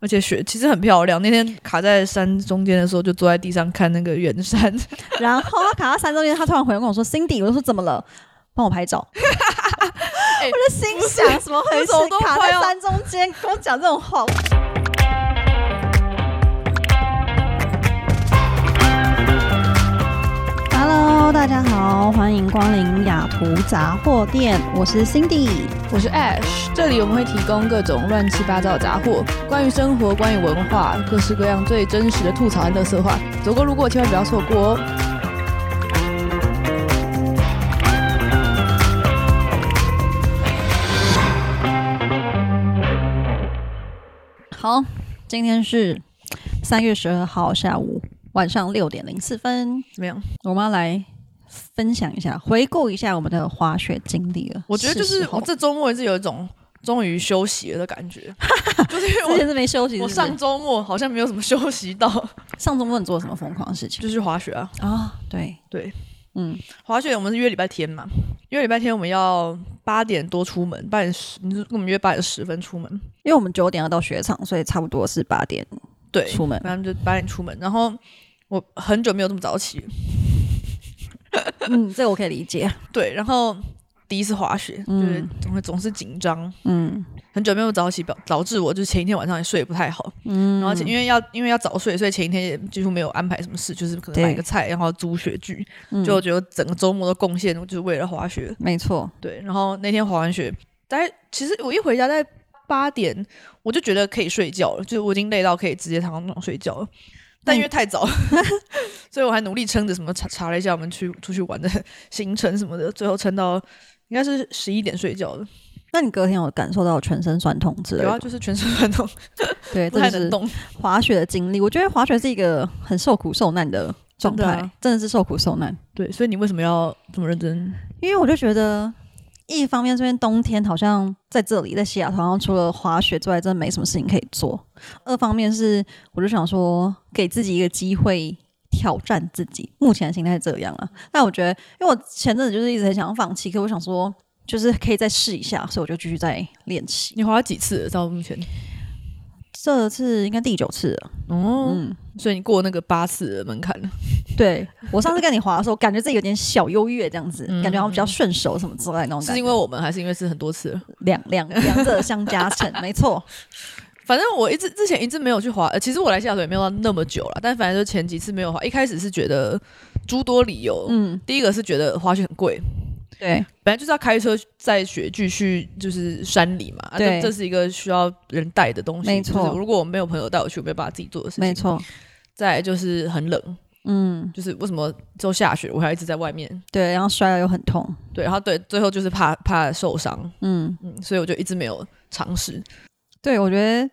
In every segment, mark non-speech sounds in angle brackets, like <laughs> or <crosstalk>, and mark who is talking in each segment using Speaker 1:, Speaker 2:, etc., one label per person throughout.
Speaker 1: 而且雪其实很漂亮。那天卡在山中间的时候，就坐在地上看那个远山，
Speaker 2: <laughs> 然后他卡到山中间，他突然回来跟我说：“Cindy，我就说怎么了？帮我拍 <laughs> 照。我就心想，哎怎么啊回
Speaker 1: 那
Speaker 2: 事
Speaker 1: 时候我都？
Speaker 2: 卡
Speaker 1: 快
Speaker 2: 在
Speaker 1: 要 <laughs>
Speaker 2: 山中间，跟我讲这种话。Hello，大家好，欢迎光临雅图杂货店，我是 Cindy。
Speaker 3: 我是 Ash，这里我们会提供各种乱七八糟的杂货，关于生活，关于文化，各式各样最真实的吐槽和乐色话，走过路过千万不要错过哦。
Speaker 2: 好，今天是三月十二号下午晚上六点零四分，
Speaker 1: 怎么样？
Speaker 2: 我们要来分享一下，回顾一下我们的滑雪经历了。
Speaker 1: 我觉得就是
Speaker 2: 时候
Speaker 1: 我这周末也是有一种终于休息了的感 <laughs> 觉，就是因
Speaker 2: 之
Speaker 1: 为
Speaker 2: 前是没休息
Speaker 1: 我我
Speaker 2: 是不是
Speaker 1: 上周末好像没有什么休息到，
Speaker 2: 上周末你做了什么疯狂的事情
Speaker 1: 就是滑雪啊。
Speaker 2: 啊？对
Speaker 1: 对，
Speaker 2: 嗯，
Speaker 1: 滑雪我们是约礼拜天嘛，因为礼拜天我们要八点多出门，八点十，你是跟我们约八点十分出门，
Speaker 2: 因为我们九点要到雪场，所以差不多是八点
Speaker 1: 对，
Speaker 2: 出门。
Speaker 1: 反正就八点出门。然后我很久没有这么早起，
Speaker 2: 嗯，这个我可以理解。
Speaker 1: 对，然后第一次滑雪，
Speaker 2: 嗯
Speaker 1: 就是总会总是紧张，
Speaker 2: 嗯
Speaker 1: 很久没有早起，导导致我就前一天晚上也睡得不太好，
Speaker 2: 嗯，
Speaker 1: 然后前因为要因为要早睡，所以前一天也几乎没有安排什么事，就是可能买
Speaker 2: 对
Speaker 1: 个菜，然后租雪具，
Speaker 2: 嗯
Speaker 1: 就我觉得整个周末都贡献就是为了滑雪，
Speaker 2: 没错，
Speaker 1: 对，然后那天滑完雪，大概其实我一回家在八点，我就觉得可以睡觉了，就是我已经累到可以直接躺床上睡觉了。但因为太早， <laughs> 所以我还努力撑着什么查查了一下我们去出去玩的 <laughs> 行程什么的，最后撑到应该是十一点睡觉的。
Speaker 2: 那你隔天有感受到全身酸痛之类
Speaker 1: 有啊，
Speaker 2: 的？
Speaker 1: 就是全身酸痛，
Speaker 2: 对，
Speaker 1: 不
Speaker 2: 这
Speaker 1: 太
Speaker 2: 就是
Speaker 1: 能动。
Speaker 2: 滑雪的经历。我觉得滑雪是一个很受苦受难的状
Speaker 1: 真的
Speaker 2: 态，
Speaker 1: 啊
Speaker 2: 真的是受苦受难。
Speaker 1: 对，所以你为什么要这么认真？
Speaker 2: 因为我就觉得，一方面这边冬天好像在这里，在西雅图，好像除了滑雪之外，真的没什么事情可以做；二方面是，我就想说，给自己一个机会挑战自己。目前的心态是这样了。那我觉得，因为我前阵子就是一直很想放弃，可我想说，就是可以再试一下，所以我就继续在练习。
Speaker 1: 你滑了几次到目前？
Speaker 2: 这次应该第九次了，
Speaker 1: 哦，
Speaker 2: 嗯，
Speaker 1: 所以你过那个八次的门槛了。
Speaker 2: 对我上次跟你滑的时候，感觉自己有点小优越，这样子，
Speaker 1: 嗯
Speaker 2: 感觉好像比较顺手什么之类的那种感觉。
Speaker 1: 是因为我们，还是因为是很多次了？
Speaker 2: 两两两者相加成，
Speaker 1: <laughs>
Speaker 2: 没错。
Speaker 1: 反正我一直之前一直没有去滑，呃，其实我来西雅图也没有到那么久了，但反正就前几次没有滑。一开始是觉得诸多理由，
Speaker 2: 嗯，
Speaker 1: 第一个是觉得滑雪很贵，
Speaker 2: 对，
Speaker 1: 本来就是要开车载雪具去就是山里嘛，啊
Speaker 2: 对
Speaker 1: 这这是一个需要人带的东西，
Speaker 2: 没错
Speaker 1: 就是如果我没有朋友带我去，我没有办法自己做的事情。
Speaker 2: 没。错，
Speaker 1: 再来就是很冷，
Speaker 2: 嗯，
Speaker 1: 就是为什么就下雪，我还要一直在外面。
Speaker 2: 对，然后摔了又很痛，
Speaker 1: 对，然后对，最后就是怕怕受伤，
Speaker 2: 嗯，
Speaker 1: 嗯，所以我就一直没有尝试。
Speaker 2: 对，我觉得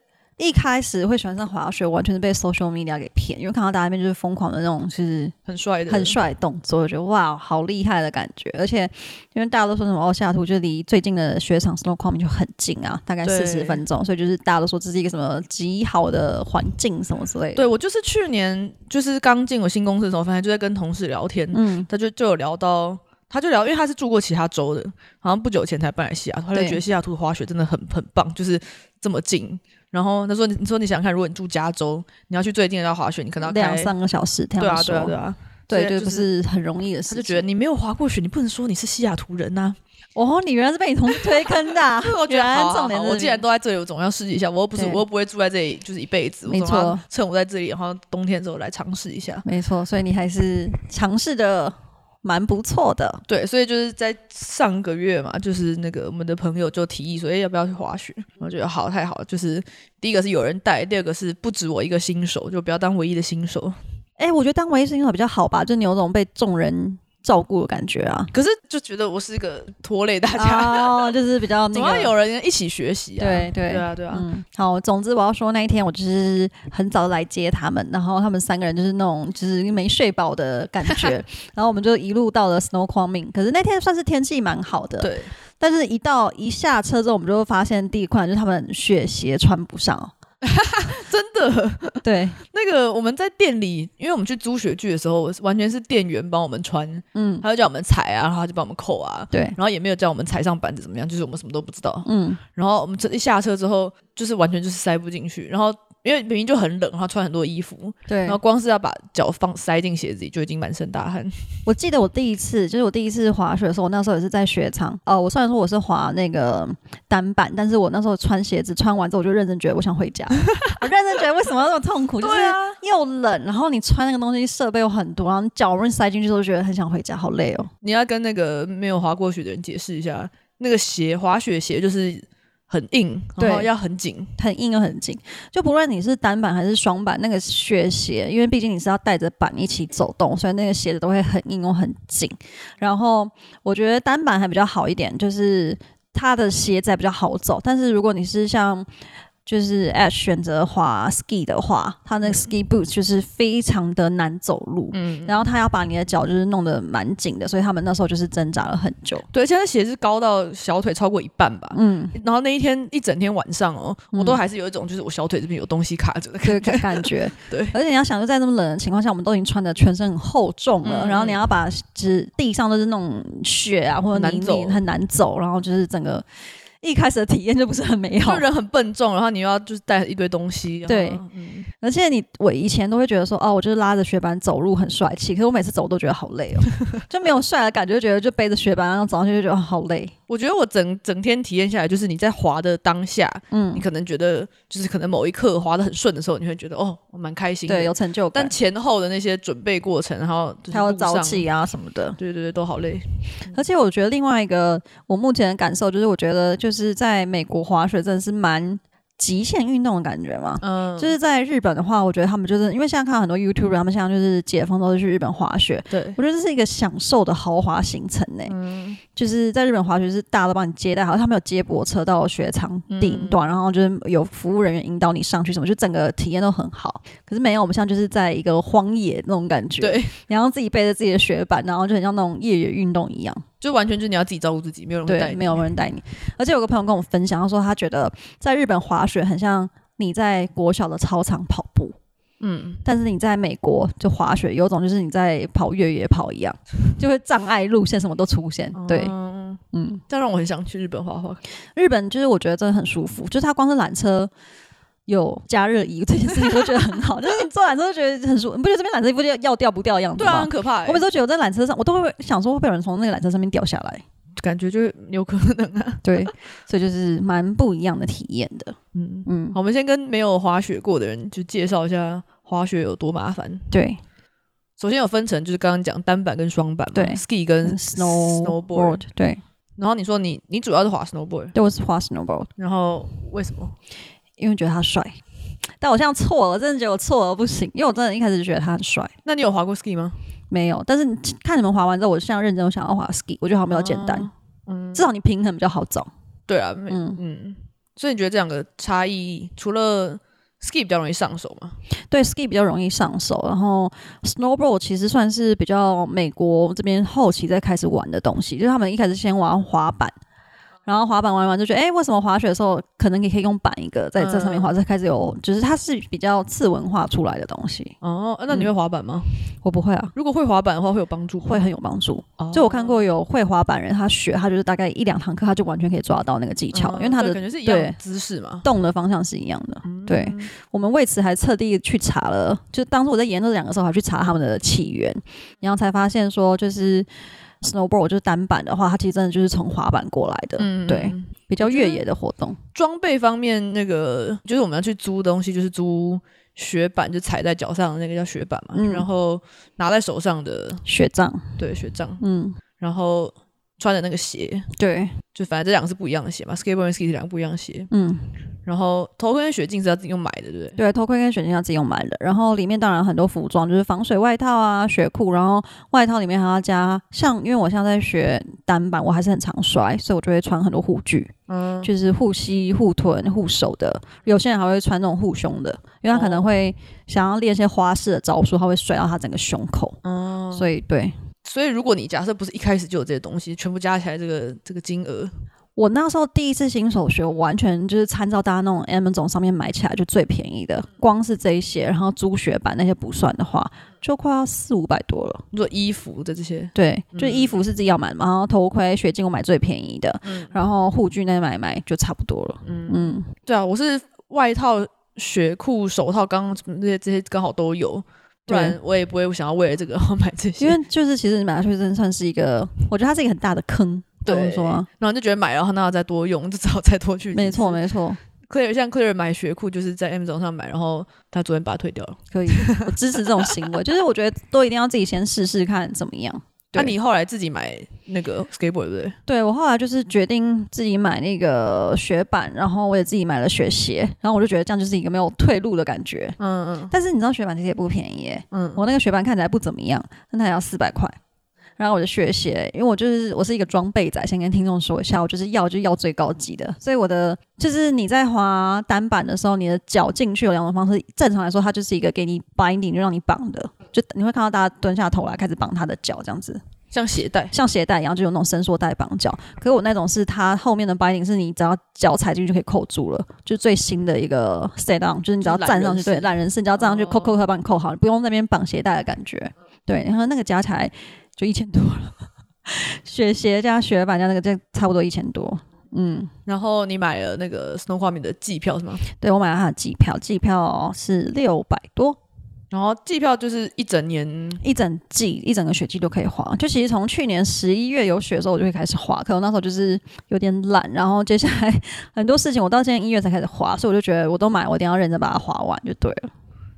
Speaker 2: 一开始会喜欢上滑雪，完全是被 social media 给骗，因为看到大家那边就是疯狂的那种，就是
Speaker 1: 很帅的，
Speaker 2: 很。帅的动作，我觉得哇，好厉害的感觉。而且因为大家都说什么哦，西雅图就离最近的雪场 Snoqualmie 就很近啊，大概
Speaker 1: 对
Speaker 2: 四十分钟，所以就是大家都说这是一个什么极好的环境什么之类的。
Speaker 1: 对我就是去年就是刚进我新公司的时候，反正就在跟同事聊天，
Speaker 2: 嗯，
Speaker 1: 他就就有聊到，他就聊，因为他是住过其他州的，好像不久前才搬来西雅图，他就
Speaker 2: 对
Speaker 1: 觉得西雅图滑雪真的很很棒，就是这么近。然后他说你，你说你想想看，如果你住加州，你要去最近的要滑雪，你可能要
Speaker 2: 两
Speaker 1: 开
Speaker 2: 三个小时，
Speaker 1: 对
Speaker 2: 这样
Speaker 1: 啊对啊
Speaker 2: 说
Speaker 1: 对啊，
Speaker 2: 对，
Speaker 1: 所以
Speaker 2: 就
Speaker 1: 就
Speaker 2: 不是很容易的事
Speaker 1: 他
Speaker 2: 情。
Speaker 1: 就觉得你没有滑过雪，你不能说你是西雅图人呐、。
Speaker 2: 哦，你原来是被你同事推坑的、啊
Speaker 1: <laughs> 我觉
Speaker 2: 原
Speaker 1: 得
Speaker 2: 来
Speaker 1: 好啊
Speaker 2: 重点
Speaker 1: 好啊
Speaker 2: 是
Speaker 1: 我既然都在这里，我总要试一下。我又不是
Speaker 2: 对
Speaker 1: 我又不会住在这里，就是一辈子，我
Speaker 2: 没
Speaker 1: 总要
Speaker 2: 错
Speaker 1: 趁我在这里，然后冬天的时候来尝试一下。
Speaker 2: 没错，所以你还是尝试的蛮不错的。
Speaker 1: 对，所以就是在上个月嘛，就是那个我们的朋友就提议说，哎、要不要去滑雪？我觉得好，太好了。就是第一个是有人带，第二个是不止我一个新手，就不要当唯一的新手。
Speaker 2: 哎、我觉得当唯一新手比较好吧，就你有种被众人照顾的感觉啊。
Speaker 1: 可是就觉得我是一个拖累大家，
Speaker 2: <laughs> <laughs> 哦，就是比 <laughs> 较那
Speaker 1: 总
Speaker 2: 个
Speaker 1: 要有人一起学习啊。
Speaker 2: 对对
Speaker 1: 对啊，对啊。
Speaker 2: 嗯，好，总之我要说那一天我就是很早来接他们，然后他们三个人就是那种就是没睡饱的感觉， <laughs> 然后我们就一路到了 Snoqualmie，可是那天算是天气蛮好的，
Speaker 1: 对，
Speaker 2: 但是一到一下车之后，我们就发现第一款就是他们雪鞋穿不上，
Speaker 1: 真的，
Speaker 2: 对，
Speaker 1: 那个我们在店里，因为我们去租雪具的时候，完全是店员帮我们穿，
Speaker 2: 嗯，
Speaker 1: 他就叫我们踩啊，然后他就帮我们扣啊，
Speaker 2: 对，
Speaker 1: 然后也没有叫我们踩上板子怎么样，就是我们什么都不知道。
Speaker 2: 嗯，
Speaker 1: 然后我们这一下车之后，就是完全就是塞不进去。然后因为明明就很冷，然后穿很多衣服，
Speaker 2: 对
Speaker 1: 然后光是要把脚放塞进鞋子里就已经满身大汗。
Speaker 2: 我记得我第一次，就是我第一次滑雪的时候，我那时候也是在雪场。呃，我虽然说我是滑那个单板，但是我那时候穿鞋子穿完之后，我就认真觉得我想回家。我认真觉得为什么要那么痛苦，就是
Speaker 1: 啊，
Speaker 2: 又冷，然后你穿那个东西设备又很多，然后你脚容易塞进去，都觉得很想回家，好累哦。
Speaker 1: 你要跟那个没有滑过雪的人解释一下，那个鞋滑雪鞋就是很硬，
Speaker 2: 对
Speaker 1: 然后要很紧，
Speaker 2: 很硬又很紧，就不论你是单板还是双板，那个雪鞋，因为毕竟你是要带着板一起走动，所以那个鞋子都会很硬又很紧。然后我觉得单板还比较好一点，就是它的鞋子还比较好走。但是如果你是像就是 Ash 选择滑 ski 的话，它那个 ski boots 就是非常的难走路，
Speaker 1: 嗯，
Speaker 2: 然后他要把你的脚就是弄得蛮紧的，所以他们那时候就是挣扎了很久。
Speaker 1: 对，而且那鞋是高到小腿超过一半吧。
Speaker 2: 嗯，
Speaker 1: 然后那一天一整天晚上哦，我都
Speaker 2: 嗯
Speaker 1: 还是有一种就是我小腿这边有东西卡着的
Speaker 2: 这个
Speaker 1: 感觉
Speaker 2: 感。感觉。
Speaker 1: 对
Speaker 2: 而且你要想，就在这么冷的情况下，我们都已经穿的全身很厚重了，
Speaker 1: 嗯
Speaker 2: 然后你要把就是地上都是那种雪啊或者
Speaker 1: 很难
Speaker 2: 泥泞，
Speaker 1: 走
Speaker 2: 很难走，然后就是整个一开始的体验就不是很美
Speaker 1: <laughs>
Speaker 2: 好
Speaker 1: 就。人很笨重，然后你又要就是带一堆东西。然后
Speaker 2: 对
Speaker 1: 嗯
Speaker 2: 而且你我以前都会觉得说，哦，我就是拉着雪板走路很帅气，可是我每次走都觉得好
Speaker 1: <laughs>
Speaker 2: 累哦，就没有帅的感觉，就觉得就背着雪板然后走上去就觉得哦好累。
Speaker 1: 我觉得我整整天体验下来，就是你在滑的当下，
Speaker 2: 嗯
Speaker 1: 你，可能觉得就是可能某一刻滑得很顺的时候，你会觉得哦，我蛮开心的。
Speaker 2: 对，有成就感
Speaker 1: 但。前后的那些准备过程，然后就是
Speaker 2: 还有
Speaker 1: 路上
Speaker 2: 早，起啊什么的，
Speaker 1: 对对对，都好累。
Speaker 2: 而且我觉得另外一个我目前的感受就是，我觉得就是在美国滑雪真的是蛮极限运动的感觉嘛。
Speaker 1: 嗯，
Speaker 2: 就是在日本的话，我觉得他们就是因为现在看到很多 YouTuber，他们现在就是解封都是去日本滑雪，
Speaker 1: 对，
Speaker 2: 我觉得这是一个享受的豪华行程呢、
Speaker 1: 嗯，
Speaker 2: 就是在日本滑雪是大家都帮你接待好，他们有接驳车到雪场
Speaker 1: 嗯
Speaker 2: 顶端，然后就是有服务人员引导你上去什么，就整个体验都很好。可是没有，我们现在就是在一个荒野那种感觉，，
Speaker 1: 对，
Speaker 2: 然后自己背着自己的雪板，然后就很像那种业余运动一样。
Speaker 1: 就完全就是你要自己照顾自己，没有人会带
Speaker 2: 对，
Speaker 1: 你。
Speaker 2: 没有人带你。而且有个朋友跟我分享，他说他觉得在日本滑雪很像你在国小的操场跑步，
Speaker 1: 嗯，
Speaker 2: 但是你在美国就滑雪，有种就是你在跑越野跑一样，就会障碍路线什么都出现。对，
Speaker 1: 嗯
Speaker 2: 嗯，
Speaker 1: 这样让我很想去日本滑滑。
Speaker 2: 日本就是我觉得真的很舒服，就是它光是缆车。有加热衣这件事情都觉得很好， <laughs> 就是你坐缆车就觉得很舒服，你不觉得这边缆车衣服就要掉不掉的样子
Speaker 1: 对啊，
Speaker 2: 吗
Speaker 1: 很？可怕欸、
Speaker 2: 我每次都觉得我在缆车上，我都会想说会不会有人从那个缆车上面掉下来，
Speaker 1: 感觉就是有可能
Speaker 2: <laughs>
Speaker 1: 啊。
Speaker 2: 对，所以就是蛮不一样的体验的。
Speaker 1: 嗯，
Speaker 2: 嗯
Speaker 1: 好，，我们先跟没有滑雪过的人就介绍一下滑雪有多麻烦。
Speaker 2: 对，
Speaker 1: 首先有分成，就是刚刚讲单板跟双板嘛，
Speaker 2: 对
Speaker 1: ，ski 跟
Speaker 2: snow
Speaker 1: snowboard。
Speaker 2: board，对，
Speaker 1: 然后你说你你主要是滑 snowboard，
Speaker 2: 对我是滑 snowboard，
Speaker 1: 然后为什么？
Speaker 2: 因为觉得他帅。但我现在错了，真的觉得我错了不行，因为我真的一开始就觉得他很帅，
Speaker 1: 那你有滑过 ski 吗？
Speaker 2: 没有。但是你看你们滑完之后，我现在认真，我想要滑 ski，我觉得好像比较简单，
Speaker 1: 啊嗯，
Speaker 2: 至少你平衡比较好找。
Speaker 1: 对啊，没嗯
Speaker 2: 嗯
Speaker 1: 所以你觉得这两个差异，除了 ski 比较容易上手嘛？
Speaker 2: 对 ski 比较容易上手，然后 snowboard 其实算是比较美国这边后期在开始玩的东西，就是他们一开始先玩滑板，然后滑板玩完就觉得，哎、为什么滑雪的时候可能你可以用板一个在这上面滑，再开始有，就是它是比较次文化出来的东西。
Speaker 1: 哦，啊那你会滑板吗？
Speaker 2: 我不会啊，
Speaker 1: 如果会滑板的话，会有帮助吗？
Speaker 2: 嗯会很有帮助。
Speaker 1: 哦，
Speaker 2: 就我看过有会滑板人，他学他就是大概一两堂课，他就完全可以抓到那个技
Speaker 1: 嗯
Speaker 2: 巧，因为他
Speaker 1: 对
Speaker 2: 的
Speaker 1: 感觉是一样的
Speaker 2: 对
Speaker 1: 姿势嘛。
Speaker 2: 动的方向是一样的。对
Speaker 1: 嗯，
Speaker 2: 我们为此还特地去查了，就当时我在研究这两个时候，还去查他们的起源，然后才发现说，就是 snowboard 就是单板的话，它其实真的就是从滑板过来的，
Speaker 1: 嗯
Speaker 2: 对，比较越野的活动。
Speaker 1: 装备方面，那个就是我们要去租东西，就是租雪板，就踩在脚上的那个叫雪板嘛，
Speaker 2: 嗯
Speaker 1: 然后拿在手上的
Speaker 2: 雪仗，
Speaker 1: 对雪杖，
Speaker 2: 嗯，
Speaker 1: 然后穿的那个鞋，
Speaker 2: 对，
Speaker 1: 就反正这两个是不一样的鞋嘛，skateboard 跟 ski 是两个不一样的鞋。
Speaker 2: 嗯，
Speaker 1: 然后头盔跟雪镜是要自己用买的，对不对？
Speaker 2: 对，头盔跟雪镜要自己用买的，然后里面当然很多服装，就是防水外套啊、雪裤，然后外套里面还要加，像因为我现在在学单板，我还是很常摔，所以我就会穿很多护具，
Speaker 1: 嗯，
Speaker 2: 就是护膝、护臀、护手的，有些人还会穿那种护胸的，因为他可
Speaker 1: 哦
Speaker 2: 能会想要练一些花式的招数，他会甩到他整个胸口，
Speaker 1: 哦，所以
Speaker 2: 所以对。
Speaker 1: 所以如果你假设不是一开始就有这些东西，全部加起来这个这个金额，
Speaker 2: 我那时候第一次新手学，我完全就是参照大家那种 Amazon 上面买起来就最便宜的，光是这一些，然后租雪板那些不算的话，就快要四五百多了。
Speaker 1: 你说衣服的这些，
Speaker 2: 对，就
Speaker 1: 嗯
Speaker 2: 衣服是自己要买的嘛，然后头盔、雪镜我买最便宜的，
Speaker 1: 嗯
Speaker 2: 然后护具那买买就差不多了。
Speaker 1: 嗯，
Speaker 2: 嗯，
Speaker 1: 对啊，我是外套雪裤、手套，刚刚这些这些刚好都有，不
Speaker 2: 对
Speaker 1: 然我也不会想要为了这个 <laughs> 然后买这些。
Speaker 2: 因为就是其实买下去真的算是一个，我觉得它是一个很大的坑，
Speaker 1: 对
Speaker 2: 怎么说啊？
Speaker 1: 然后你就觉得买，然后那要再多用，就只好再多去。
Speaker 2: 没错，没错，
Speaker 1: Claire 像 Claire 买学裤就是在 Amazon 上买，然后他昨天把它退掉了。
Speaker 2: <laughs> 可以， <laughs> 我支持这种行为，就是我觉得都一定要自己先试试看怎么样。
Speaker 1: 那、
Speaker 2: 对
Speaker 1: 你后来自己买那个 skateboard 对不对？
Speaker 2: 对我后来就是决定自己买那个雪板，然后我也自己买了雪鞋，然后我就觉得这样就是一个没有退路的感觉。
Speaker 1: 嗯
Speaker 2: 但是你知道雪板其实也不便宜耶，
Speaker 1: 嗯嗯，
Speaker 2: 我那个雪板看起来不怎么样，但它也要四百块。然后我的雪鞋，因为我就是我是一个装备仔，先跟听众说一下，我就是要就要最高级的，所以我的就是你在滑单板的时候，你的脚进去有两种方式，正常来说它就是一个给你 binding 就让你绑的，就你会看到大家蹲下头来开始绑他的脚这样子，
Speaker 1: 像鞋带，
Speaker 2: 像鞋带一样，就有那种伸缩带绑脚。可是我那种是它后面的 binding 是你只要脚踩进去就可以扣住了，就是最新的一个 set on，就是你只要站上去，
Speaker 1: 就是懒人式
Speaker 2: 对，懒人式，你只要站上去
Speaker 1: 哦
Speaker 2: 扣扣扣，帮你扣好，你不用那边绑鞋带的感觉。对，然后那个加起来就一千多了， <laughs> 雪鞋加雪板加那个，就差不多一千多。嗯，
Speaker 1: 然后你买了那个 Snow Kwame 的季票是吗？
Speaker 2: 对我买了它的机票，机票是六百多，
Speaker 1: 然后季票就是一整年，
Speaker 2: 一整季一整个雪季都可以滑。就其实从去年十一月有雪的时候，我就会开始滑，可我那时候就是有点懒，然后接下来很多事情我到现在一月才开始滑，所以我就觉得我都买，我一定要认真把它滑完就对了。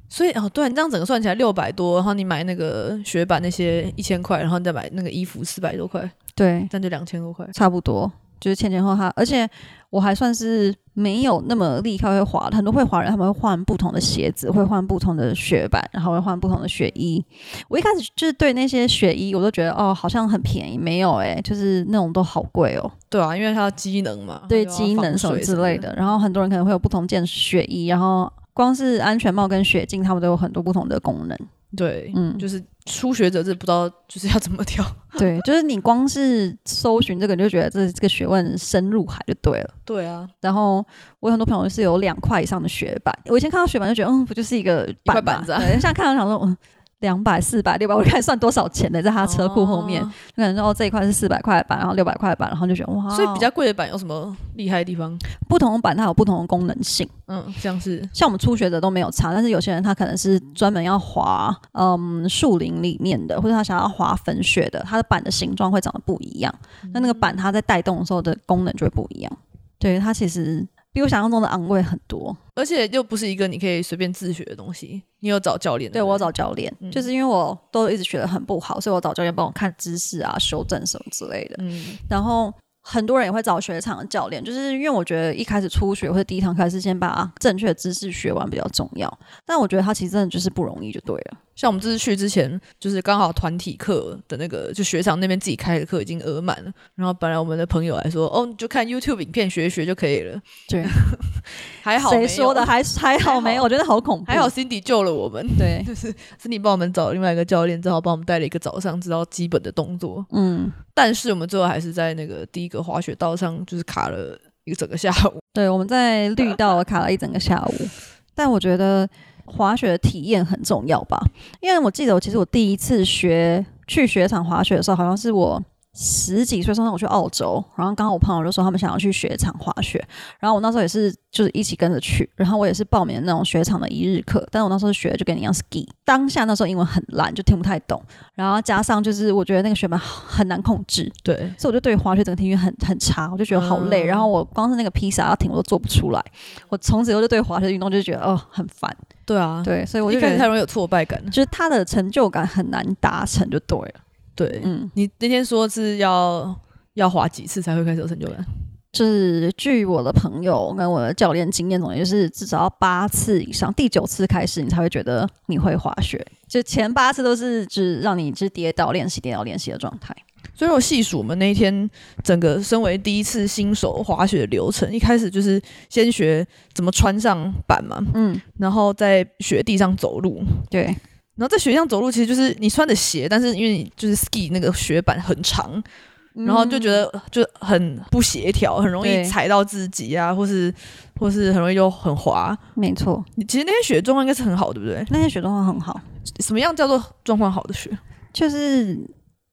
Speaker 1: 所以哦，对、啊，你这样整个算起来六百多，然后你买那个雪板那些一千块，然后你再买那个衣服四百多块，
Speaker 2: 对，
Speaker 1: 这样就两千多块。
Speaker 2: 差不多就是前前后后，而且我还算是没有那么立刻会滑，很多会滑人他们会换不同的鞋子，会换不同的雪板，然后会换不同的雪衣。我一开始就是对那些雪衣，我都觉得哦好像很便宜，没有诶、就是那种都好贵哦。
Speaker 1: 对啊，因为它要机能嘛，
Speaker 2: 对
Speaker 1: 它又要
Speaker 2: 机能
Speaker 1: 防
Speaker 2: 什么
Speaker 1: 水
Speaker 2: 之类。的。然后很多人可能会有不同件雪衣，然后光是安全帽跟雪镜，他们都有很多不同的功能。
Speaker 1: 对，
Speaker 2: 嗯，
Speaker 1: 就是初学者是不知道 <laughs> 就是要怎么跳。
Speaker 2: 对，就是你光是搜寻这个，你就觉得这这个学问深入海就对了。
Speaker 1: 对啊，
Speaker 2: 然后我有很多朋友是有两块以上的雪板，我以前看到雪板就觉得，嗯，不就是一个
Speaker 1: 块
Speaker 2: 板嘛
Speaker 1: 板子啊
Speaker 2: 对，现在看到想说，嗯。两百、四百、六百，我看算多少钱的，在他车库后面，
Speaker 1: 哦
Speaker 2: 就可能说哦，这一块是四百块的板，然后六百块的板，然后就觉得哇，
Speaker 1: 哦所以比较贵的版有什么厉害的地方？
Speaker 2: 不同的板它有不同的功能性。
Speaker 1: 嗯，像是
Speaker 2: 像我们初学者都没有差，但是有些人他可能是专门要滑，嗯，树林里面的，或者他想要滑粉雪的，它的板的形状会长得不一样。那那个板它在带动的时候的功能就会不一样。对，它其实比我想象中的昂贵很多。
Speaker 1: 而且又不是一个你可以随便自学的东西，你有找教练的。
Speaker 2: 对我有
Speaker 1: 不
Speaker 2: 找教练，就是因为我都一直学的很不好，所以我找教练帮我看姿势啊、修正什么之类的。
Speaker 1: 嗯，
Speaker 2: 然后很多人也会找雪场的教练，就是因为我觉得一开始初学或者第一堂课是先把正确的知识学完比较重要。但我觉得它其实真的就是不容易，就对了。
Speaker 1: 像我们这次去之前，就是刚好团体课的那个，就学长那边自己开的课已经额满了，然后本来我们的朋友来说，哦，你就看 YouTube 影片学一学就可以了，
Speaker 2: 对，
Speaker 1: <laughs> 还好没
Speaker 2: 谁
Speaker 1: 有
Speaker 2: 说的？？还还好没有？我觉得好恐怖。
Speaker 1: 还好 Cindy 救了我们， <laughs>
Speaker 2: 对，
Speaker 1: 是你帮我们找另外一个教练，正好帮我们带了一个早上，知道基本的动作。
Speaker 2: 嗯，
Speaker 1: 但是我们最后还是在那个第一个滑雪道上，就是卡了一个整个下午。
Speaker 2: 对，我们在绿道卡了一整个下午，但我觉得滑雪的体验很重要吧，因为我记得我其实我第一次学去雪场滑雪的时候，好像是我。十几岁，那时候我去澳洲，然后刚好我朋友就说他们想要去雪场滑雪，然后我那时候也是就是一起跟着去，然后我也是报名那种雪场的一日课，但我那时候学的就跟你一样 ski，当下那时候英文很烂，就听不太懂，然后加上就是我觉得那个雪板很难控制，
Speaker 1: 对，
Speaker 2: 所以我就 <laughs> 对滑雪整个体育很很差，我就觉得好累。
Speaker 1: 嗯
Speaker 2: 然后我光是那个披萨要停我都做不出来，我从此以后就对滑雪运动就觉得哦很烦。
Speaker 1: 对啊，
Speaker 2: 对，所以我
Speaker 1: 一
Speaker 2: 就
Speaker 1: 开
Speaker 2: 觉
Speaker 1: 始太
Speaker 2: 得
Speaker 1: 容易有挫败感了。
Speaker 2: 就是他的成就感很难达成就对了。
Speaker 1: 对，
Speaker 2: 嗯，
Speaker 1: 你那天说是要要滑几次才会开始有成就感？
Speaker 2: 就是据我的朋友跟我的教练经验总结，就是至少要八次以上，第九次开始你才会觉得你会滑雪。就前八次都是只让你只跌倒练习、跌倒练习的状态。
Speaker 1: 所以我细数我们那一天整个身为第一次新手滑雪的流程，一开始就是先学怎么穿上板嘛，
Speaker 2: 嗯，
Speaker 1: 然后在雪地上走路，
Speaker 2: 对，
Speaker 1: 然后在雪上走路其实就是你穿着鞋，但是因为你就是 ski 那个雪板很长，然后就觉得就很不协调，很容易
Speaker 2: 嗯对
Speaker 1: 踩到自己啊，或是或是很容易就很滑。
Speaker 2: 嗯没错，
Speaker 1: 你其实那天雪状况应该是很好，对不对？
Speaker 2: 那些雪状况很好。
Speaker 1: 什么样叫做状况好的雪？
Speaker 2: 就是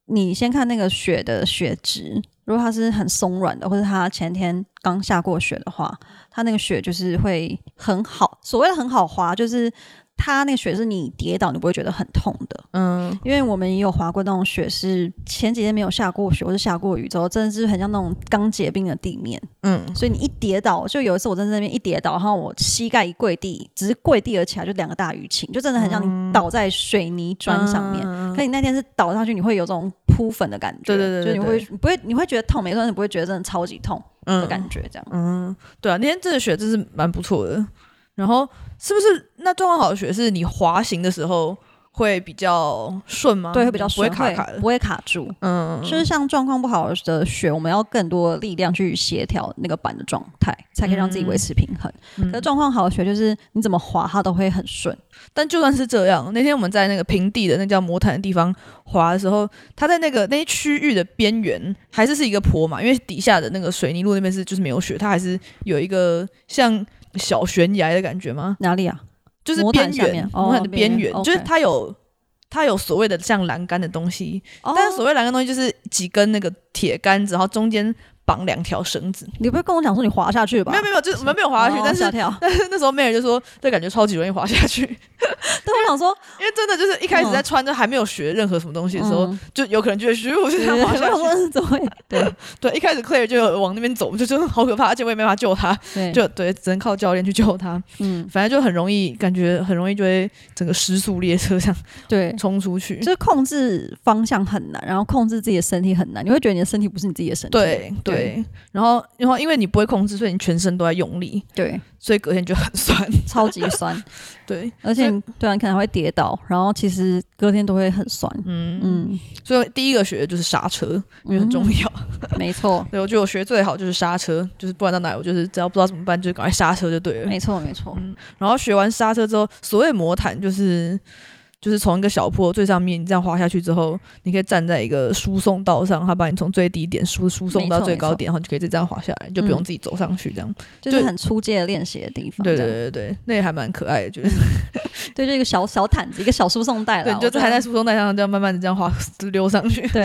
Speaker 2: 你先看那个雪的雪质，如果它是很松软的，或者它前天刚下过雪的话，它那个雪就是会很好。所谓的很好滑，就是它那个雪是你跌倒你不会觉得很痛的。
Speaker 1: 嗯，
Speaker 2: 因为我们也有滑过那种雪，是前几天没有下过雪，或是下过雨之后，真的是很像那种刚结冰的地面，
Speaker 1: 嗯，
Speaker 2: 所以你一跌倒，就有一次我真的在那边一跌倒，然后我膝盖一跪地，只是跪地而起来，就两个大淤青，就真的很像你倒在水泥砖上面。
Speaker 1: 嗯
Speaker 2: 可你那天是倒上去，你会有这种扑粉的感
Speaker 1: 对
Speaker 2: 觉，
Speaker 1: 对对对
Speaker 2: 就你会你不会你会觉得痛，没错，但是不会觉得真的超级痛的感觉，这样。
Speaker 1: 嗯，对啊，那天真的雪真是蛮不错的。然后是不是那状况好的雪是你滑行的时候会比较顺吗？
Speaker 2: 对，会比较
Speaker 1: 不会
Speaker 2: 顺
Speaker 1: 卡卡的
Speaker 2: 不。会卡住。
Speaker 1: 嗯，
Speaker 2: 就是像状况不好的雪，我们要更多的力量去协调那个板的状态，才可以让自己维持平衡。
Speaker 1: 嗯
Speaker 2: 可是状况好的雪，就是你怎么滑它都会很顺。
Speaker 1: 但就算是这样，那天我们在那个平地的那叫魔毯的地方滑的时候，它在那个那些区域的边缘还是是一个坡嘛，因为底下的那个水泥路那边是就是没有雪，它还是有一个像小悬崖的感觉吗？
Speaker 2: 哪里啊？
Speaker 1: 就是
Speaker 2: 魔
Speaker 1: 边
Speaker 2: 毯下
Speaker 1: 缘
Speaker 2: 面，哦
Speaker 1: 魔毯的边
Speaker 2: 边
Speaker 1: 缘
Speaker 2: 缘，，OK
Speaker 1: 就是它有它有所谓的像栏杆的东西，
Speaker 2: 哦
Speaker 1: 但是所谓栏杆东西就是几根那个铁杆子，然后中间绑两条绳子。
Speaker 2: 你不是跟我讲说你滑下去吧？
Speaker 1: 没有没有，就是我们没有滑下去，
Speaker 2: 哦
Speaker 1: 但是
Speaker 2: 吓跳。
Speaker 1: 但 <laughs> 是那时候妹儿就说，这感觉超级容易滑下去， <laughs>
Speaker 2: 但我想 <laughs> 说，
Speaker 1: 因为真的就是一开始在穿着还没有学任何什么东西的时候，
Speaker 2: 嗯
Speaker 1: 就有可能觉得虚我就
Speaker 2: 对
Speaker 1: 这样滑
Speaker 2: 我
Speaker 1: 下 <laughs>
Speaker 2: <laughs> 想
Speaker 1: 去。
Speaker 2: 说怎么会？对
Speaker 1: 对，一开始 Claire 就有往那边走，就真的好可怕，而且我也没办法救她，
Speaker 2: 对，
Speaker 1: 就对，只能靠教练去救她。
Speaker 2: 嗯
Speaker 1: 反正就很容易，感觉很容易就会整个失速列车这样
Speaker 2: 对，
Speaker 1: 冲出去。
Speaker 2: 就是控制方向很难，然后控制自己的身体很难，你会觉得你的身体不是你自己的身体。
Speaker 1: 对对，然后然后因为你不会控制，所以你全身都在用力，
Speaker 2: 对，
Speaker 1: 所以隔天就很酸。 <laughs>
Speaker 2: 超级酸，
Speaker 1: 对，
Speaker 2: 而且你对啊，你可能还会跌倒，然后其实隔天都会很酸。
Speaker 1: 嗯嗯，
Speaker 2: 嗯，
Speaker 1: 所以第一个学的就是刹车，因为很重要。
Speaker 2: 嗯，没错，
Speaker 1: 对，我觉得我学最好就是刹车，就是不管到哪，我就是只要不知道怎么办，就赶快刹车就 <laughs> 对嗯了。
Speaker 2: 没错，没错。
Speaker 1: 然后学完刹车之后，所谓魔毯就是。就是从一个小坡最上面，你这样滑下去之后，你可以站在一个输送道上，它把你从最低点输输送到
Speaker 2: 没错
Speaker 1: 最
Speaker 2: 没
Speaker 1: 高
Speaker 2: 错
Speaker 1: 点，然后你就可以再这样滑下来，你就不用
Speaker 2: 嗯
Speaker 1: 自己走上去这样。
Speaker 2: 就是
Speaker 1: 对
Speaker 2: 很出界练习的地方。
Speaker 1: 对
Speaker 2: 这
Speaker 1: 对
Speaker 2: 样
Speaker 1: 对对，那也还蛮可爱的，
Speaker 2: <laughs>
Speaker 1: 觉得
Speaker 2: 对，就一个小小毯子，一个小输送带
Speaker 1: 对，
Speaker 2: 啦。
Speaker 1: 你就
Speaker 2: 我觉
Speaker 1: 还在
Speaker 2: 得
Speaker 1: 输送带上这样慢慢的这样滑 <laughs> 溜上去，
Speaker 2: 对，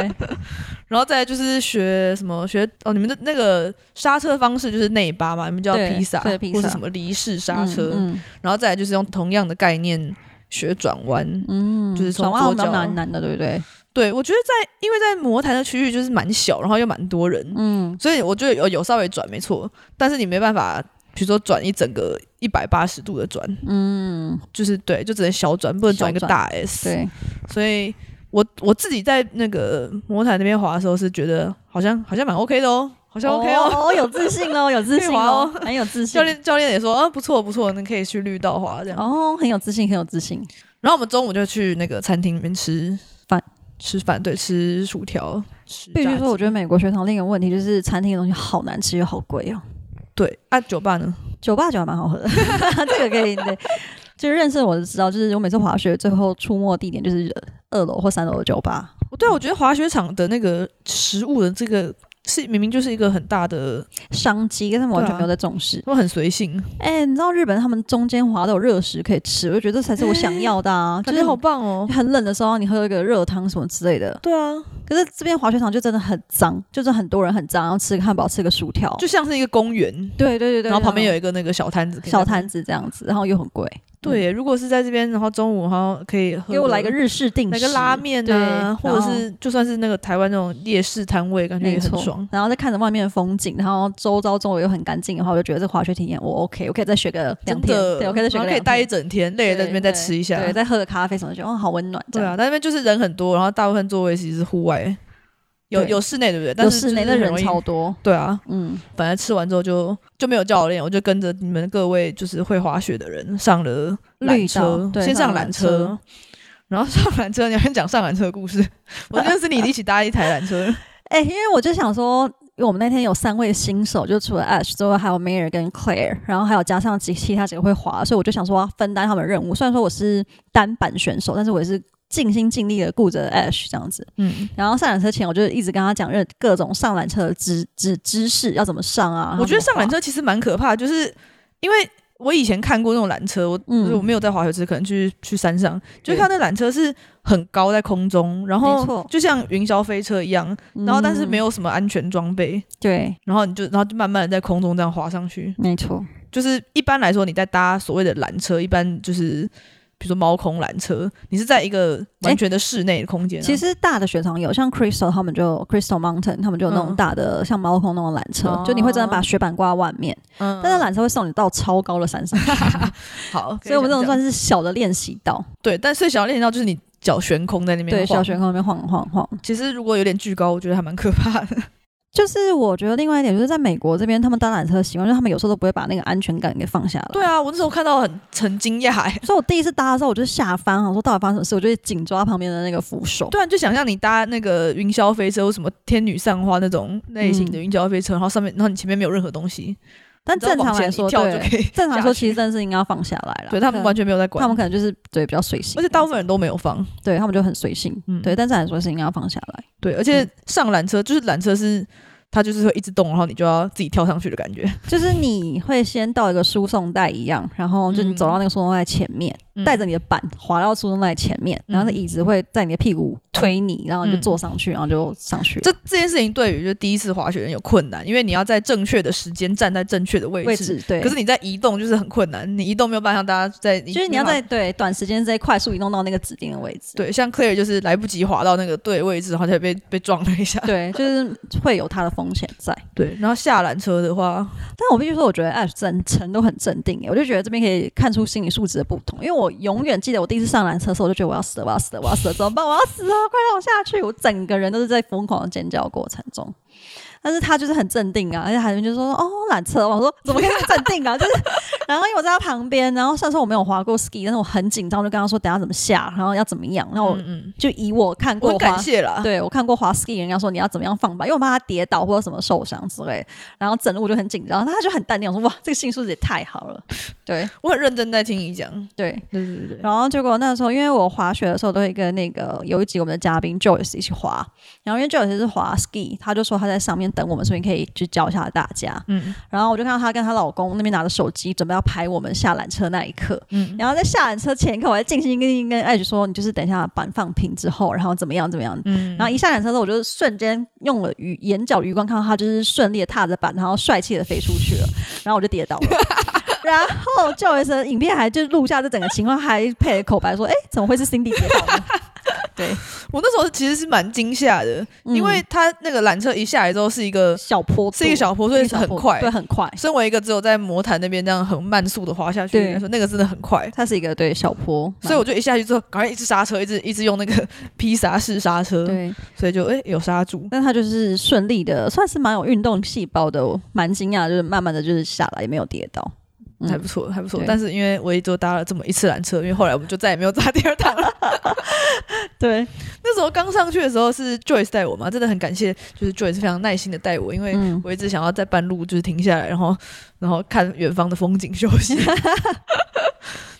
Speaker 1: 然后再来就是学什么学哦，你们的那个刹车方式就是内八嘛，你们叫
Speaker 2: 对
Speaker 1: 披萨
Speaker 2: 对披萨
Speaker 1: 或是什么离式 <laughs> 刹车，
Speaker 2: 嗯
Speaker 1: 然后再来就是用同样的概念学转弯。
Speaker 2: 嗯，
Speaker 1: 就是从
Speaker 2: 转弯
Speaker 1: 左
Speaker 2: 好像
Speaker 1: 脚
Speaker 2: 蛮难的，对不对？
Speaker 1: 对我觉得在因为在魔坛的区域就是蛮小，然后又蛮多人，
Speaker 2: 嗯，
Speaker 1: 所以我觉得有有稍微转没错，但是你没办法。比如说转一整个一百八十度的转，
Speaker 2: 嗯，
Speaker 1: 就是对，就只能小转，不能转一个
Speaker 2: 小转
Speaker 1: 大 S。 <laughs>
Speaker 2: 对，
Speaker 1: 所以我我自己在那个魔毯那边滑的时候是觉得好像好像蛮 OK 的哦，好像 OK 哦。
Speaker 2: 哦，有自信哦，有 <laughs> 自信
Speaker 1: 可以滑
Speaker 2: 哦
Speaker 1: 哦，
Speaker 2: 很有自信
Speaker 1: 教。练教练也说啊不错不错，你可以去绿道滑这样。
Speaker 2: 哦，很有自信，很有自信。
Speaker 1: 然后我们中午就去那个餐厅里面吃
Speaker 2: 饭，
Speaker 1: 吃饭对，吃薯条，吃
Speaker 2: 必须说，我觉
Speaker 1: 得
Speaker 2: 得美国学堂另一个问题就是餐厅的东西好难吃又好贵哦。
Speaker 1: 对。啊，酒吧呢？
Speaker 2: 酒吧酒还蛮好喝的， <laughs> 这个可以对。就是认识我的知道，就是我每次滑雪最后出没地点就是二楼或三楼的酒吧。
Speaker 1: 我对啊，我觉得滑雪场的那个食物的这个是明明就是一个很大的，
Speaker 2: 商机，但他们完全
Speaker 1: 对啊
Speaker 2: 没有在重视。
Speaker 1: 他们很随性，
Speaker 2: 哎、你知道日本他们中间滑都有热食可以吃，我就觉得这才是我想要的 <laughs> 啊，
Speaker 1: 感
Speaker 2: 就是
Speaker 1: 觉好棒哦。
Speaker 2: 很冷的时候，你喝一个热汤什么之类的。
Speaker 1: 对啊，
Speaker 2: 可是这边滑雪场就真的很脏，就是很多人很脏，然后吃个汉堡，吃个薯条，
Speaker 1: 就像是一个公园，
Speaker 2: 对对对对，
Speaker 1: 然后旁边
Speaker 2: 有
Speaker 1: 有一个那个小摊子，嗯
Speaker 2: 小摊子这样子，然后又很贵。
Speaker 1: 对耶，如果是在这边，然后中午然后可以喝
Speaker 2: 给我来个日式定
Speaker 1: 来
Speaker 2: 食，
Speaker 1: 个拉面啊，
Speaker 2: 对
Speaker 1: 或者是就算是那个台湾那种夜市摊位，感觉
Speaker 2: 没
Speaker 1: 也很
Speaker 2: 错
Speaker 1: 爽。。
Speaker 2: 然后再看着外面的风景，然后周遭周围又很干净的话，我就觉得这滑雪体验我 OK，我可以再学个两
Speaker 1: 真
Speaker 2: 天，
Speaker 1: 的，
Speaker 2: 对，我可以再学
Speaker 1: 然后可
Speaker 2: 个
Speaker 1: 以
Speaker 2: 两
Speaker 1: 待一
Speaker 2: 天，
Speaker 1: 整天，累了在这边再吃一下。
Speaker 2: 对，再喝个咖啡什么的，觉得哦好温暖这
Speaker 1: 对
Speaker 2: 样。
Speaker 1: 啊，但那边就是人很多，然后大部分座位其实是户外，有
Speaker 2: 对
Speaker 1: 有室内对不对？但
Speaker 2: 有
Speaker 1: 是
Speaker 2: 室内
Speaker 1: 就是
Speaker 2: 的
Speaker 1: 很
Speaker 2: 人
Speaker 1: 容易
Speaker 2: 超。多，
Speaker 1: 对啊，
Speaker 2: 嗯，
Speaker 1: 本来吃完之后就就没有教练，我就跟着你们各位就是会滑雪的人上了缆
Speaker 2: 绿道
Speaker 1: 车，
Speaker 2: 对
Speaker 1: 先上
Speaker 2: 上缆
Speaker 1: 缆车
Speaker 2: 车，
Speaker 1: 然后上缆车，你要先讲上缆车的故
Speaker 2: <laughs>
Speaker 1: 事。我认识你一起搭一台缆车，
Speaker 2: 哎、因为我就想说，因为我们那天有三位新手，就除了 Ash 之外，还有 Mayer 跟 Claire，然后还有加上其其他几个会滑，所以我就想说要分担他们的任务。虽然说我是单板选手，但是我也是尽心尽力的顾着 Ash 这样子。
Speaker 1: 嗯，
Speaker 2: 然后上缆车前，我就一直跟他讲各各种上缆车的知知知识要怎么上啊。
Speaker 1: 我觉得上缆
Speaker 2: 车
Speaker 1: 车其实蛮可怕，就是因为我以前看过那种缆车，我、
Speaker 2: 嗯
Speaker 1: 就是我没有在滑雪池，可能去去山上，就看那缆车是很高在空中，然
Speaker 2: 没
Speaker 1: 后
Speaker 2: 错嗯
Speaker 1: 就像云霄飞车一样，然后但是没
Speaker 2: 有、
Speaker 1: 有什么安全装备，
Speaker 2: 对，
Speaker 1: 然后你就然后就慢慢的在空中这样滑上去。
Speaker 2: 没错，
Speaker 1: 就是一般来说，你在搭所谓的缆车，一般就是比如说猫空缆车，你是在一个完全的室内的空间啊、
Speaker 2: 其实大的雪场有，像 Crystal 他们就 Crystal Mountain 他们就有那种
Speaker 1: 嗯哦
Speaker 2: 大的、像猫空那种缆车，就你会真的把雪板挂在外面，
Speaker 1: 嗯，
Speaker 2: 但是缆车会送你到超高的山上，
Speaker 1: 好，
Speaker 2: 所以我们这种算
Speaker 1: 是
Speaker 2: 是小的练习道，
Speaker 1: 对，但最想要练习到就是你脚悬空在那边
Speaker 2: 对，
Speaker 1: 晃
Speaker 2: 小悬空那边晃晃晃。
Speaker 1: 其实如果有点巨高，我觉得还蛮可怕 <laughs> 的。
Speaker 2: 就是我觉得另外一点就是在美国这边，他们搭缆车的习惯，就是他们有时候都不会把那个安全感给放下来。
Speaker 1: 对啊，我那时候看到很很惊讶哎。
Speaker 2: 所以我第一次搭的时候，我就吓翻，我说到底发生什么事？我就紧抓旁边的那个扶手。
Speaker 1: 突然就想象你搭那个云霄飞车或什么天女散花那种类型的
Speaker 2: 嗯
Speaker 1: 云霄飞车，然后上面，然后你前面没有任何东西，
Speaker 2: 但
Speaker 1: 你只要
Speaker 2: 正常
Speaker 1: 往前
Speaker 2: 来
Speaker 1: 一
Speaker 2: 说，
Speaker 1: 跳就
Speaker 2: 对，
Speaker 1: 可以下去。
Speaker 2: 正常来说其实真的是应该要放下来了。
Speaker 1: 对他们嗯完全没有在
Speaker 2: 可能
Speaker 1: 管，
Speaker 2: 他们可能就是对比较随性，
Speaker 1: 而且大部分人都没有放。
Speaker 2: 对他们就很随性。
Speaker 1: 嗯
Speaker 2: 对，但正常来说是应该要放下来。
Speaker 1: 对，而且
Speaker 2: 嗯
Speaker 1: 上缆车就是缆车是它就是会一直动，然后你就要自己跳上去的感觉。
Speaker 2: 就是你会先到一个输送带一样，然后就你走
Speaker 1: 嗯
Speaker 2: 到那个输送带前面，带着你的板滑到输送带前面，
Speaker 1: 嗯
Speaker 2: 然后那椅子会在你的屁股推你，然后你就坐上去，然后就上去了。
Speaker 1: 这这件事情对于就第一次滑雪人有困难，因为你要在正确的时间站在正确的位置。
Speaker 2: 位置对，
Speaker 1: 可是你在移动就是很困难，你移动没有办法像大家在，
Speaker 2: 就是你要在对短时间之内快速移动到那个指定的位置。
Speaker 1: 对，像 Claire 就是来不及滑到那个对位置，然后就被被撞了一
Speaker 2: <laughs>
Speaker 1: 下。
Speaker 2: 对，就是会有它的风险在。
Speaker 1: 对，然后下缆车的话，
Speaker 2: 但我必须说，我觉得 Ash 整程都很镇定耶，欸我就觉得这边可以看出心理素质的不同。因为我永远记得我第一次上缆车的时候，我就觉得我要死了，我要死了，我要死了，怎么办？我要死了，快让我下去！我整个人都是在疯狂的尖叫过程中。但是他就是很镇定啊，而且海伦就说：“哦，缆车。”我说：“怎么可以这么镇定啊？”就是，然后因为我在他旁边，然后虽然说我没有滑过 ski，但是我很紧张，我就跟他说：“等下怎么下，然后要怎么样。”然后我
Speaker 1: 嗯嗯，
Speaker 2: 就以我看
Speaker 1: 我
Speaker 2: 过
Speaker 1: 很
Speaker 2: 滑
Speaker 1: 感谢啦。
Speaker 2: 对我看过滑 ski 人家说你要怎么样放吧，因为我怕他跌倒或者什么受伤之类，然后整路就很紧张，他就很淡定，我说哇，这个心理素质也太好了，对
Speaker 1: 我很认真在听你讲。
Speaker 2: 对。
Speaker 1: 对对对对，
Speaker 2: 然后结果那时候，因为我滑雪的时候都会跟那个有一集我们的嘉宾 Joyce 一起滑，然后因为 Joyce 是滑 ski，他就说他在上面等我们，所以可以去教一下大家。
Speaker 1: 嗯
Speaker 2: 然后我就看到她跟她老公那边拿着手机，准备要拍我们下缆车那一刻。
Speaker 1: 嗯，
Speaker 2: 然后在下缆车前一刻，我还静心跟跟艾菊说，你就是等一下板放平之后，然后怎么样怎么样
Speaker 1: 嗯
Speaker 2: 然后一下缆车之后，我就瞬间用了余眼角余光看到他就是顺利的踏着板，然后帅气的飞出去了，然后我就
Speaker 1: <laughs>
Speaker 2: 跌倒了。然后叫一声，影片还就录下这整个情况，还配了口白说：“哎，怎么会是 Cindy 跌倒呢？”对，
Speaker 1: 我那时候其实是蛮惊吓的， <laughs>
Speaker 2: 嗯
Speaker 1: 因为它那个缆车一下来之后是一个
Speaker 2: 小坡度
Speaker 1: 是一个小坡，所以
Speaker 2: 一个小
Speaker 1: 很
Speaker 2: 坡度
Speaker 1: 快
Speaker 2: 对，。很快。
Speaker 1: 身为一个只有在魔坛那边这样很慢速的滑下去的人来说，那个真的很快。
Speaker 2: 它是一个对小坡，
Speaker 1: 所以我就一下去之后，赶快一直刹车，一直一直用那个披萨式刹车，
Speaker 2: 对，
Speaker 1: 所以就哎、有刹住。
Speaker 2: 但他就是顺利的，算是蛮有运动细胞的，我蛮惊讶，就是慢慢的就是下来，也没有跌倒。嗯
Speaker 1: 还不错，还不错
Speaker 2: 对。
Speaker 1: 但是因为我也就搭了这么一次缆
Speaker 2: <laughs>
Speaker 1: 车，因为后来我们就再也没有搭第二趟了。
Speaker 2: 对，
Speaker 1: 那时候刚上去的时候是 Joyce 带我嘛，真的很感谢，就是 Joyce 非常耐心的带我，因为
Speaker 2: 嗯，
Speaker 1: 我一直想要在半路就是停下来，然后然后看远方的风景休
Speaker 2: <laughs>
Speaker 1: 息。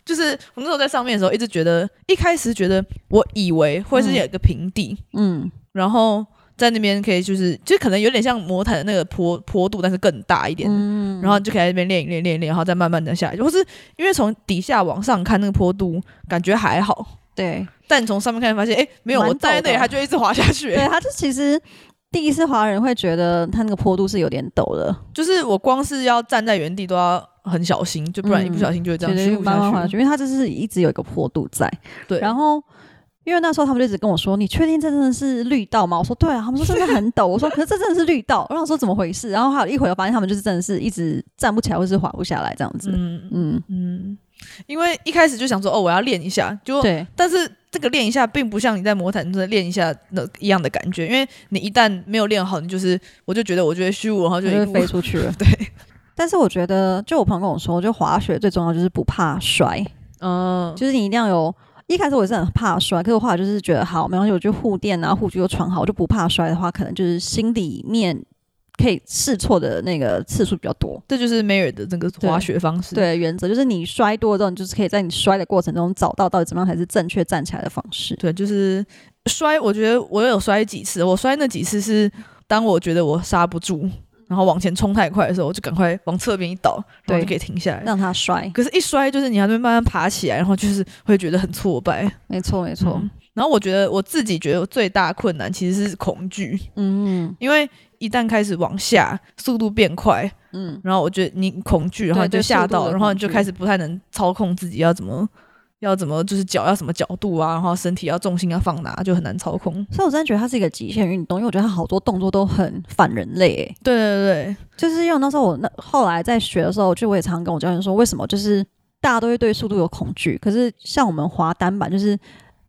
Speaker 1: 就是我那时候在上面的时候，一直觉得一开始觉得我以为会是有一个平地，
Speaker 2: 嗯，
Speaker 1: 然后在那边可以就是就可能有点像魔毯的那个坡坡度，但是更大一点。
Speaker 2: 嗯
Speaker 1: 然后你就可以在那边练一练练一练，然后再慢慢的下来，或是因为从底下往上看那个坡度感觉还好，
Speaker 2: 对，
Speaker 1: 但你从上面看发现，哎，没有，
Speaker 2: 蛮
Speaker 1: 我站在
Speaker 2: 陡
Speaker 1: 那里
Speaker 2: 的
Speaker 1: 它就一直滑下去、
Speaker 2: 对，他啊就其实第一次滑人会觉得他那个坡度是有点陡的，
Speaker 1: 就是我光是要站在原地都要很小心，就不然一不小心就会这
Speaker 2: 觉
Speaker 1: 样
Speaker 2: 得
Speaker 1: 虚
Speaker 2: 就
Speaker 1: 无
Speaker 2: 嗯慢慢滑
Speaker 1: 下
Speaker 2: 下
Speaker 1: 去。
Speaker 2: 去，因为他就是一直有一个坡度在。
Speaker 1: 对，
Speaker 2: 然后因为那时候他们就一直跟我说：“你确定这真的是绿道吗？”我说：“对啊。”他们说：“真的很陡。”我说：“可是这真的是绿道。”然后我说：“怎么回事？”然后还有一会儿发现他们就是真的是一直站不起来，或是滑不下来这样子。
Speaker 1: 嗯
Speaker 2: 嗯，
Speaker 1: 嗯，因为一开始就想说哦，我要练一下，就
Speaker 2: 对
Speaker 1: 但是这个练一下并不像你在魔毯的练一下那一样的感觉，因为你一旦没有练好，你就是我就觉得我觉得虚无，然后就
Speaker 2: 对，
Speaker 1: 一
Speaker 2: 就会
Speaker 1: 路
Speaker 2: 飞出去了。
Speaker 1: <laughs> 对，
Speaker 2: 但是我觉得，就我朋友跟我说，就滑雪最重要就是不怕摔，
Speaker 1: 嗯，
Speaker 2: 就是你一定要有。一开始我也是很怕摔，可是我后来就是觉得好，没关系，我就护垫啊、护具都穿好，我就不怕摔的话，可能就是心里面可以试错的那个次数比较多。
Speaker 1: 这就是梅尔的那个滑雪方式。，
Speaker 2: 对，原则就是你摔多了之后，你就是可以在你摔的过程中找到到底怎么样才是正确站起来的方式。
Speaker 1: 对，就是摔，我觉得我有摔几次，我摔那几次是当我觉得我刹不住，然后往前冲太快的时候，我就赶快往侧边一倒，然
Speaker 2: 对
Speaker 1: 后就可以停下来。
Speaker 2: 让它摔。
Speaker 1: 可是，一摔就是你还没慢慢爬起来，然后就是会觉得很挫败。
Speaker 2: 没错，没错。
Speaker 1: 嗯然后我觉得我自己觉得我最大困难其实是恐惧，
Speaker 2: 嗯
Speaker 1: 因为一旦开始往下，速度变快，
Speaker 2: 嗯，
Speaker 1: 然后我觉得你恐惧，然后你
Speaker 2: 对
Speaker 1: 就
Speaker 2: 对
Speaker 1: 吓
Speaker 2: 速度
Speaker 1: 到，
Speaker 2: 的
Speaker 1: 然后
Speaker 2: 恐
Speaker 1: 你就
Speaker 2: 惧
Speaker 1: 开始不太能操控自己要怎么要怎么就是脚要什么角度啊，然后身体要重心要放哪，就很难操控。
Speaker 2: 所以我真的觉得它是一个极限运动，因为我觉得它好多动作都很反人类、欸。
Speaker 1: 对对
Speaker 2: 就是因为那时候我那后来在学的时候，就我也常跟我教练说，为什么就是大家都会对速度有恐惧，可是像我们滑单板，就是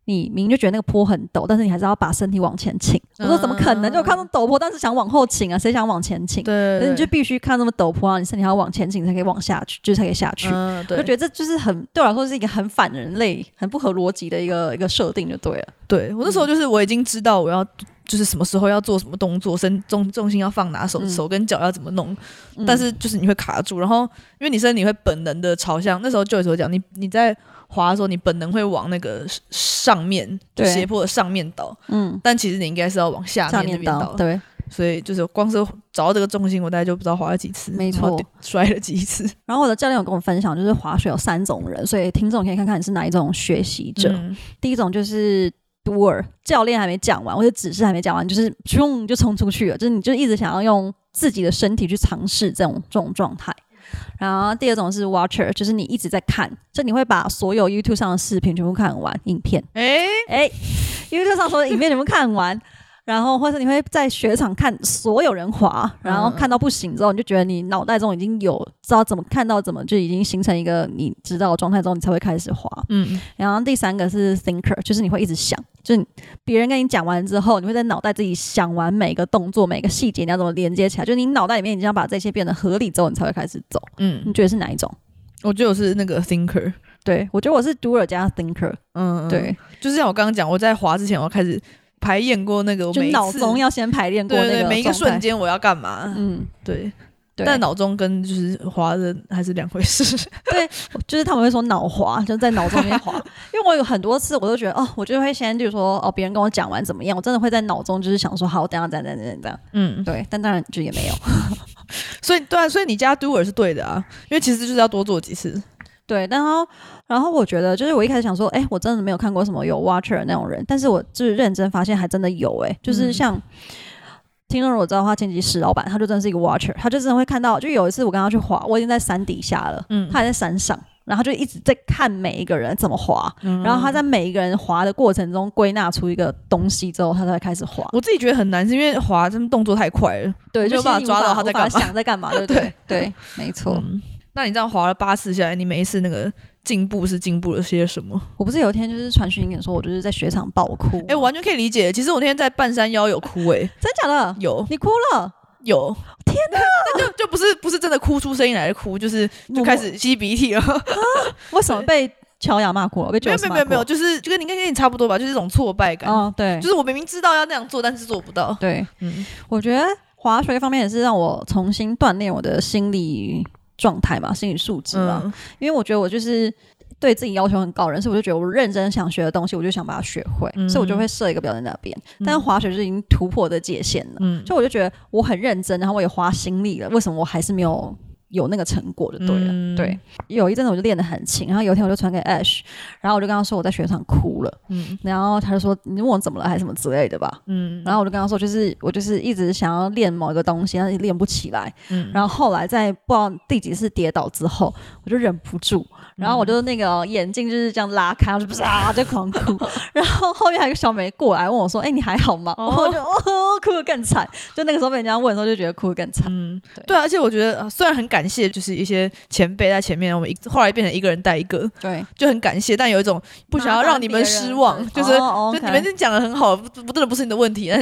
Speaker 2: 你明明就觉得那个坡很陡，但是你还是要把身体往前倾。我
Speaker 1: 嗯
Speaker 2: 说怎么可能？就我看到陡坡，但是想往后倾啊，谁想往前倾
Speaker 1: 对？对
Speaker 2: 可
Speaker 1: 对，
Speaker 2: 是你就必须看那么陡坡啊，你身体还要往前倾才可以往下去，就是才可以下去。
Speaker 1: 嗯，
Speaker 2: 我
Speaker 1: 对，
Speaker 2: 就觉得这就是很对我来说是一个很反人类、很不合逻辑的一个一个设定，就对了。
Speaker 1: 对我那时候就是我已经知道我要就是什么时候要做什么动作，身重重心要放哪，手
Speaker 2: 嗯
Speaker 1: 手跟脚要怎么弄，
Speaker 2: 嗯
Speaker 1: 但是就是你会卡住，然后因为你身体会本能的朝向，那时候就有时候讲你你在滑的时候，你本能会往那个上面就
Speaker 2: 对
Speaker 1: 斜坡的上面倒，
Speaker 2: 嗯，
Speaker 1: 但其实你应该是要往下
Speaker 2: 下
Speaker 1: 面那
Speaker 2: 面
Speaker 1: 边倒
Speaker 2: 到，对，
Speaker 1: 所以就是光是找到这个重心，我大概就不知道滑了几次，
Speaker 2: 没错
Speaker 1: 然后摔了几次。
Speaker 2: 然后我的教练有跟我分享，就是滑雪有三种人，所以听众可以看看你是哪一种学习
Speaker 1: <laughs>
Speaker 2: 者。
Speaker 1: 嗯
Speaker 2: 第一种就是 doer，教练还没讲完或者指示还没讲完，你就是冲就冲出去了，就是你就一直想要用自己的身体去尝试这种这种状态。然后第二种是 watcher，就是你一直在看，就你会把所有 YouTube 上的视频全部看完，影片，
Speaker 1: 哎、
Speaker 2: 哎，YouTube 上所有影片全部看完。 <laughs> 然后，或者你会在雪场看所有人滑，然后
Speaker 1: 嗯
Speaker 2: 看到不行之后，你就觉得你脑袋中已经有知道怎么看到怎么，就已经形成一个你知道的状态之后，你才会开始滑。
Speaker 1: 嗯，
Speaker 2: 然后第三个是 thinker，就是你会一直想，就是别人跟你讲完之后，你会在脑袋自己想完每个动作、每个细节，你要怎么连接起来，就是你脑袋里面已经要把这些变得合理之后，你才会开始走。
Speaker 1: 嗯
Speaker 2: 你觉得是哪一种？
Speaker 1: 我觉得我是那个 thinker，
Speaker 2: 对我觉得我是 doer 加 thinker，、
Speaker 1: 嗯，
Speaker 2: 对，
Speaker 1: 就是像我刚刚讲，我在滑之前，我开始排演过那个我
Speaker 2: 就
Speaker 1: 每一
Speaker 2: 脑
Speaker 1: 次
Speaker 2: 中要先排练过
Speaker 1: 对
Speaker 2: 那个
Speaker 1: 对对每一个
Speaker 2: 状态
Speaker 1: 瞬，间我要干嘛，
Speaker 2: 嗯，
Speaker 1: 对，
Speaker 2: 对，
Speaker 1: 但脑中跟就是滑的还是两回事。
Speaker 2: 就是他们会说脑滑，就是在脑中间滑。因为我有很多次，我都觉得哦，我就会先就是说哦，别人跟我讲完怎么样，我真的会在脑中就是想说好，我等一下等一下等一下等一下，
Speaker 1: 嗯，
Speaker 2: 对，但当然就也没有。
Speaker 1: 所以对啊，所以你加 doer 是对的啊，因为其实就是要多做几次。
Speaker 2: 对，然后然后我觉得就是我一开始想说，哎，我真的没有看过什么有 watcher 的那种人，但是我就是认真发现还真的有哎、就是
Speaker 1: 嗯
Speaker 2: 像。听众如果知道的话，前几史老板他就真的是一个 watcher，他就真的会看到。就有一次我跟他去滑，我已经在山底下了，
Speaker 1: 嗯
Speaker 2: 他还在山上，然后他就一直在看每一个人怎么滑，然后他在每一个人滑的过程中归纳出一个东西之后，他才会开始滑。
Speaker 1: 我自己觉得很难，是因为滑真的动作太快了。
Speaker 2: 对，
Speaker 1: 没
Speaker 2: 就
Speaker 1: 有办法
Speaker 2: 是你无
Speaker 1: 抓到
Speaker 2: 法
Speaker 1: 他在
Speaker 2: 无法
Speaker 1: 干嘛
Speaker 2: 想在干嘛，对不 <laughs> 对？对，没错。
Speaker 1: 嗯，那你这样滑了八次下来，你每一次那个进步是进步了些什么？
Speaker 2: 我不是有一天就是传讯息跟你说，我就是在雪场爆哭。
Speaker 1: 哎、我完全可以理解。其实我那天在半山腰有哭、欸，
Speaker 2: 真假的？
Speaker 1: 有
Speaker 2: 你哭 <laughs> 了？
Speaker 1: 有，天 <laughs> 哪！就就不是不是真的哭出声音来的哭，就是就开始吸鼻 <laughs> 涕了。
Speaker 2: 为什么被乔雅骂过了？被
Speaker 1: 没有
Speaker 2: Joyce
Speaker 1: 没有
Speaker 2: 骂
Speaker 1: 没有没有，
Speaker 2: 过
Speaker 1: 就是就跟你跟跟你差不多吧，就是一种挫败感。
Speaker 2: 哦，对，
Speaker 1: 就是我明明知道要那样做，但是做不到。
Speaker 2: 对，
Speaker 1: 嗯
Speaker 2: 我觉得滑雪方面也是让我重新锻炼我的心理状态嘛，心理素质嘛。
Speaker 1: 嗯
Speaker 2: 因为我觉得我就是对自己要求很高的人，所以我就觉得我认真想学的东西，我就想把它学会，
Speaker 1: 嗯
Speaker 2: 所以我就会设一个表在那边。
Speaker 1: 嗯
Speaker 2: 但滑雪就已经突破我的界限了，
Speaker 1: 嗯，
Speaker 2: 就我就觉得我很认真，然后我也花心力了，为什么我还是没有有那个成果就对了。
Speaker 1: 嗯
Speaker 2: 对，有一阵子我就练得很勤，然后有一天我就传给 Ash，然后我就跟他说我在雪场哭了。
Speaker 1: 嗯
Speaker 2: 然后他就说：“你问我怎么了，还是什么之类的吧。
Speaker 1: 嗯”
Speaker 2: 然后我就跟他说：“就是我就是一直想要练某一个东西，但是练不起来。
Speaker 1: 嗯
Speaker 2: 然后后来在不知道第几次跌倒之后，我就忍不住，然后
Speaker 1: 嗯
Speaker 2: 我就那个眼镜就是这样拉开，我就啪就狂哭。然后后面还有一个小美过来问我说：‘哎、你还好吗？’
Speaker 1: 哦
Speaker 2: 然后我就哦，哭得更惨。就那个时候被人家问的时候，就觉得哭得更惨。
Speaker 1: 嗯
Speaker 2: 对，
Speaker 1: 对啊，而且我觉得呃虽然很感谢，就是一些前辈在前面，我们一后来变成一个人带一个，
Speaker 2: 对，
Speaker 1: 就很感谢，但有一种不想要让你们失望，就是、
Speaker 2: 哦、
Speaker 1: 就你们已经讲的很好，不不真的不是你的问题，但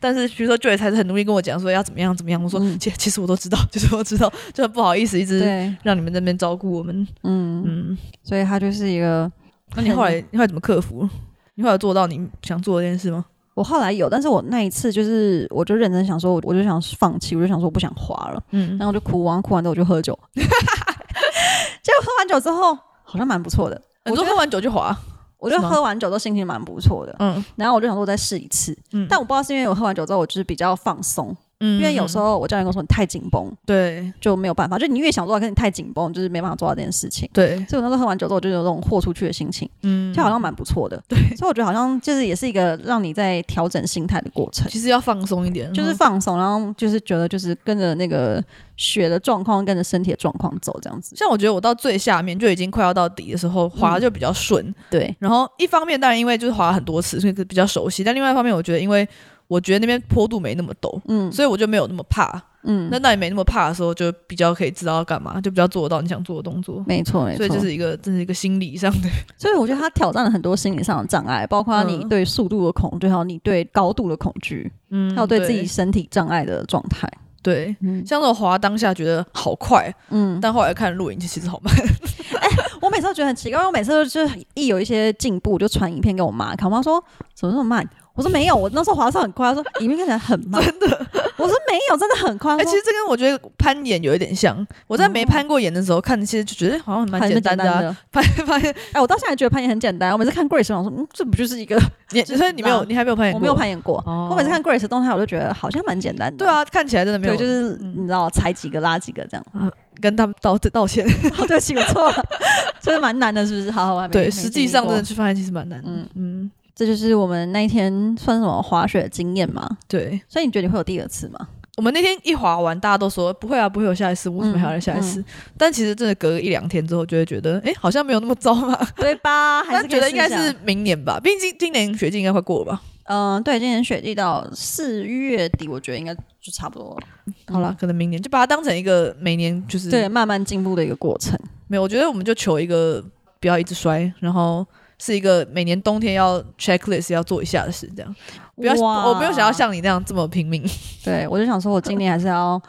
Speaker 1: 但是比如说 Joy 才是很努力跟我讲说要怎么样怎么样，我说、
Speaker 2: 嗯
Speaker 1: 其其实我都知道， <laughs> 其实我知道，就很不好意思一直
Speaker 2: 对，
Speaker 1: 让你们在那边照顾我们，
Speaker 2: 嗯，
Speaker 1: 嗯，
Speaker 2: 所以他就是一个。
Speaker 1: 那你后来你后来怎么克服？你后来有做到你想做的这件事吗？
Speaker 2: 我后来有，但是我那一次就是，我就认真想说，我我就想放弃，我就想说我不想滑了，
Speaker 1: 嗯
Speaker 2: 然后我就哭，然后哭完之后我就喝酒， <laughs> 结果喝完酒之后好像蛮不错的，
Speaker 1: 你说喝完酒就滑，
Speaker 2: 我觉得
Speaker 1: 是吗
Speaker 2: 喝完酒之后心情蛮不错的，
Speaker 1: 嗯
Speaker 2: 然后我就想说我再试一次，
Speaker 1: 嗯，
Speaker 2: 但我不知道是因为我喝完酒之后我就是比较放松，
Speaker 1: 嗯
Speaker 2: 因为有时候我教练跟我说你太紧绷
Speaker 1: 对
Speaker 2: 就没有办法，就你越想做到，可是你太紧绷就是没办法做到这件事情。
Speaker 1: 对，
Speaker 2: 所以我那时候喝完酒之后，我就有这种豁出去的心情，
Speaker 1: 嗯，
Speaker 2: 就好像蛮不错的。对，所以我觉得好像就是也是一个让你在调整心态的过程，
Speaker 1: 其实要放松一点，
Speaker 2: 就是
Speaker 1: 嗯
Speaker 2: 放松，然后就是觉得就是跟着那个血的状况，跟着身体的状况走这样子。
Speaker 1: 像我觉得我到最下面就已经快要到底的时候，滑
Speaker 2: 嗯
Speaker 1: 就比较顺。
Speaker 2: 对，
Speaker 1: 然后一方面当然因为就是滑很多次，所以比较熟悉，但另外一方面我觉得因为我觉得那边坡度没那么陡，
Speaker 2: 嗯
Speaker 1: 所以我就没有那么怕。
Speaker 2: 嗯，
Speaker 1: 那那你没那么怕的时候，就比较可以知道要干嘛，就比较做得到你想做的动作。
Speaker 2: 没错没错。
Speaker 1: 所以这是一个，这是一个心理上的，
Speaker 2: 所以我觉得他挑战了很多心理上的障碍，包括你
Speaker 1: 嗯
Speaker 2: 对速度的恐惧，还有你对高度的恐惧，
Speaker 1: 嗯
Speaker 2: 还有对自己身体障碍的状态。
Speaker 1: 对。
Speaker 2: 嗯
Speaker 1: 像那种滑当下觉得好快，
Speaker 2: 嗯，
Speaker 1: 但后来看录影其实好慢。
Speaker 2: 我每次都觉得很奇怪，因为我每次都就是一有一些进步，我就传影片给我妈看，我妈说怎么那么慢？我说没有，我那时候滑的时候很快，她说影片看起来很慢，真的，我说没有，真的很快，
Speaker 1: 哎、
Speaker 2: 她说
Speaker 1: 其实这跟我觉得攀岩有一点像。我在没
Speaker 2: 哦
Speaker 1: 攀过岩的时候看，其实就觉得哎好像蛮
Speaker 2: 很
Speaker 1: 简单的、啊。
Speaker 2: 的。
Speaker 1: 攀发现
Speaker 2: 哎，我到现在觉得攀岩很简单，我每次看 Grace，我想说嗯，这不就是一个
Speaker 1: 你，所以你没有，你还没有攀岩？
Speaker 2: 我没有。攀岩过，
Speaker 1: 哦
Speaker 2: 我每次看 Grace 的动态，我就觉得好像蛮简单的。
Speaker 1: 对，啊，看起来真的没有。
Speaker 2: 对，就是
Speaker 1: 嗯
Speaker 2: 你知道踩几个拉几个这样。
Speaker 1: 跟他们道道歉。
Speaker 2: 哦， <laughs> 对不起，我错了，所以蛮难的，是不是？好好玩。
Speaker 1: 对，实际上真
Speaker 2: 呢
Speaker 1: 的，去发现其实蛮难的。
Speaker 2: 嗯
Speaker 1: 嗯嗯，
Speaker 2: 这就是我们那一天算什么滑雪的经验嘛？
Speaker 1: 对。
Speaker 2: 所以你觉得你会有第二次吗？
Speaker 1: 我们那天一滑完，大家都说不会啊，不会有下一次，为什么还要来
Speaker 2: 嗯
Speaker 1: 下一次？但其实真的隔个一两天之后，就会觉得，哎、好像没有那么糟嘛。
Speaker 2: 对 <laughs> 吧？还
Speaker 1: 但
Speaker 2: 是
Speaker 1: 觉得应该
Speaker 2: 可以试一
Speaker 1: 是
Speaker 2: 下，
Speaker 1: 明年吧，毕竟今今年雪季应该快过了吧？
Speaker 2: 嗯、对，今年雪季到四月底，我觉得应该就差不多了。嗯
Speaker 1: 好啦，，可能明年就把它当成一个每年就是
Speaker 2: 对，慢慢进步的一个过程。
Speaker 1: 没有，我觉得我们就求一个不要一直摔，然后是一个每年冬天要 checklist 要做一下的事，这样不要
Speaker 2: 哇
Speaker 1: 我没有想要，像你那样这么拼命。 <laughs>
Speaker 2: 对我就想说，我今年还是要。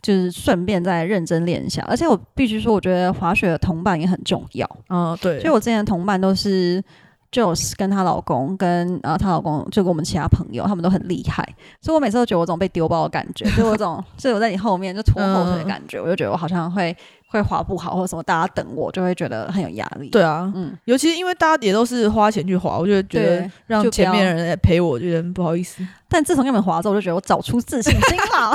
Speaker 2: 就是顺便再认真练一下，而且我必须说，我觉得滑雪的同伴也很重要。
Speaker 1: 哦，对，
Speaker 2: 所以我之前的同伴都是 Jules 跟她老公，跟呃她老公就跟我们其他朋友，他们都很厉害，所以我每次都觉得我有种被丢包的感
Speaker 1: <laughs>
Speaker 2: 觉，就有种就是我在你后面就拖后腿的感觉，我就觉得我好像会会滑不好或者什么，大家等我就会觉得很有压力。，
Speaker 1: 对啊，
Speaker 2: 嗯，
Speaker 1: 尤其因为大家也都是花钱去滑，我就觉得
Speaker 2: 对。
Speaker 1: 让
Speaker 2: 就不
Speaker 1: 前面
Speaker 2: 要
Speaker 1: 的人来陪我，就有点不好意思，
Speaker 2: 但自从跟你们滑之后，我就觉得我找出自信心
Speaker 1: <laughs>
Speaker 2: 了。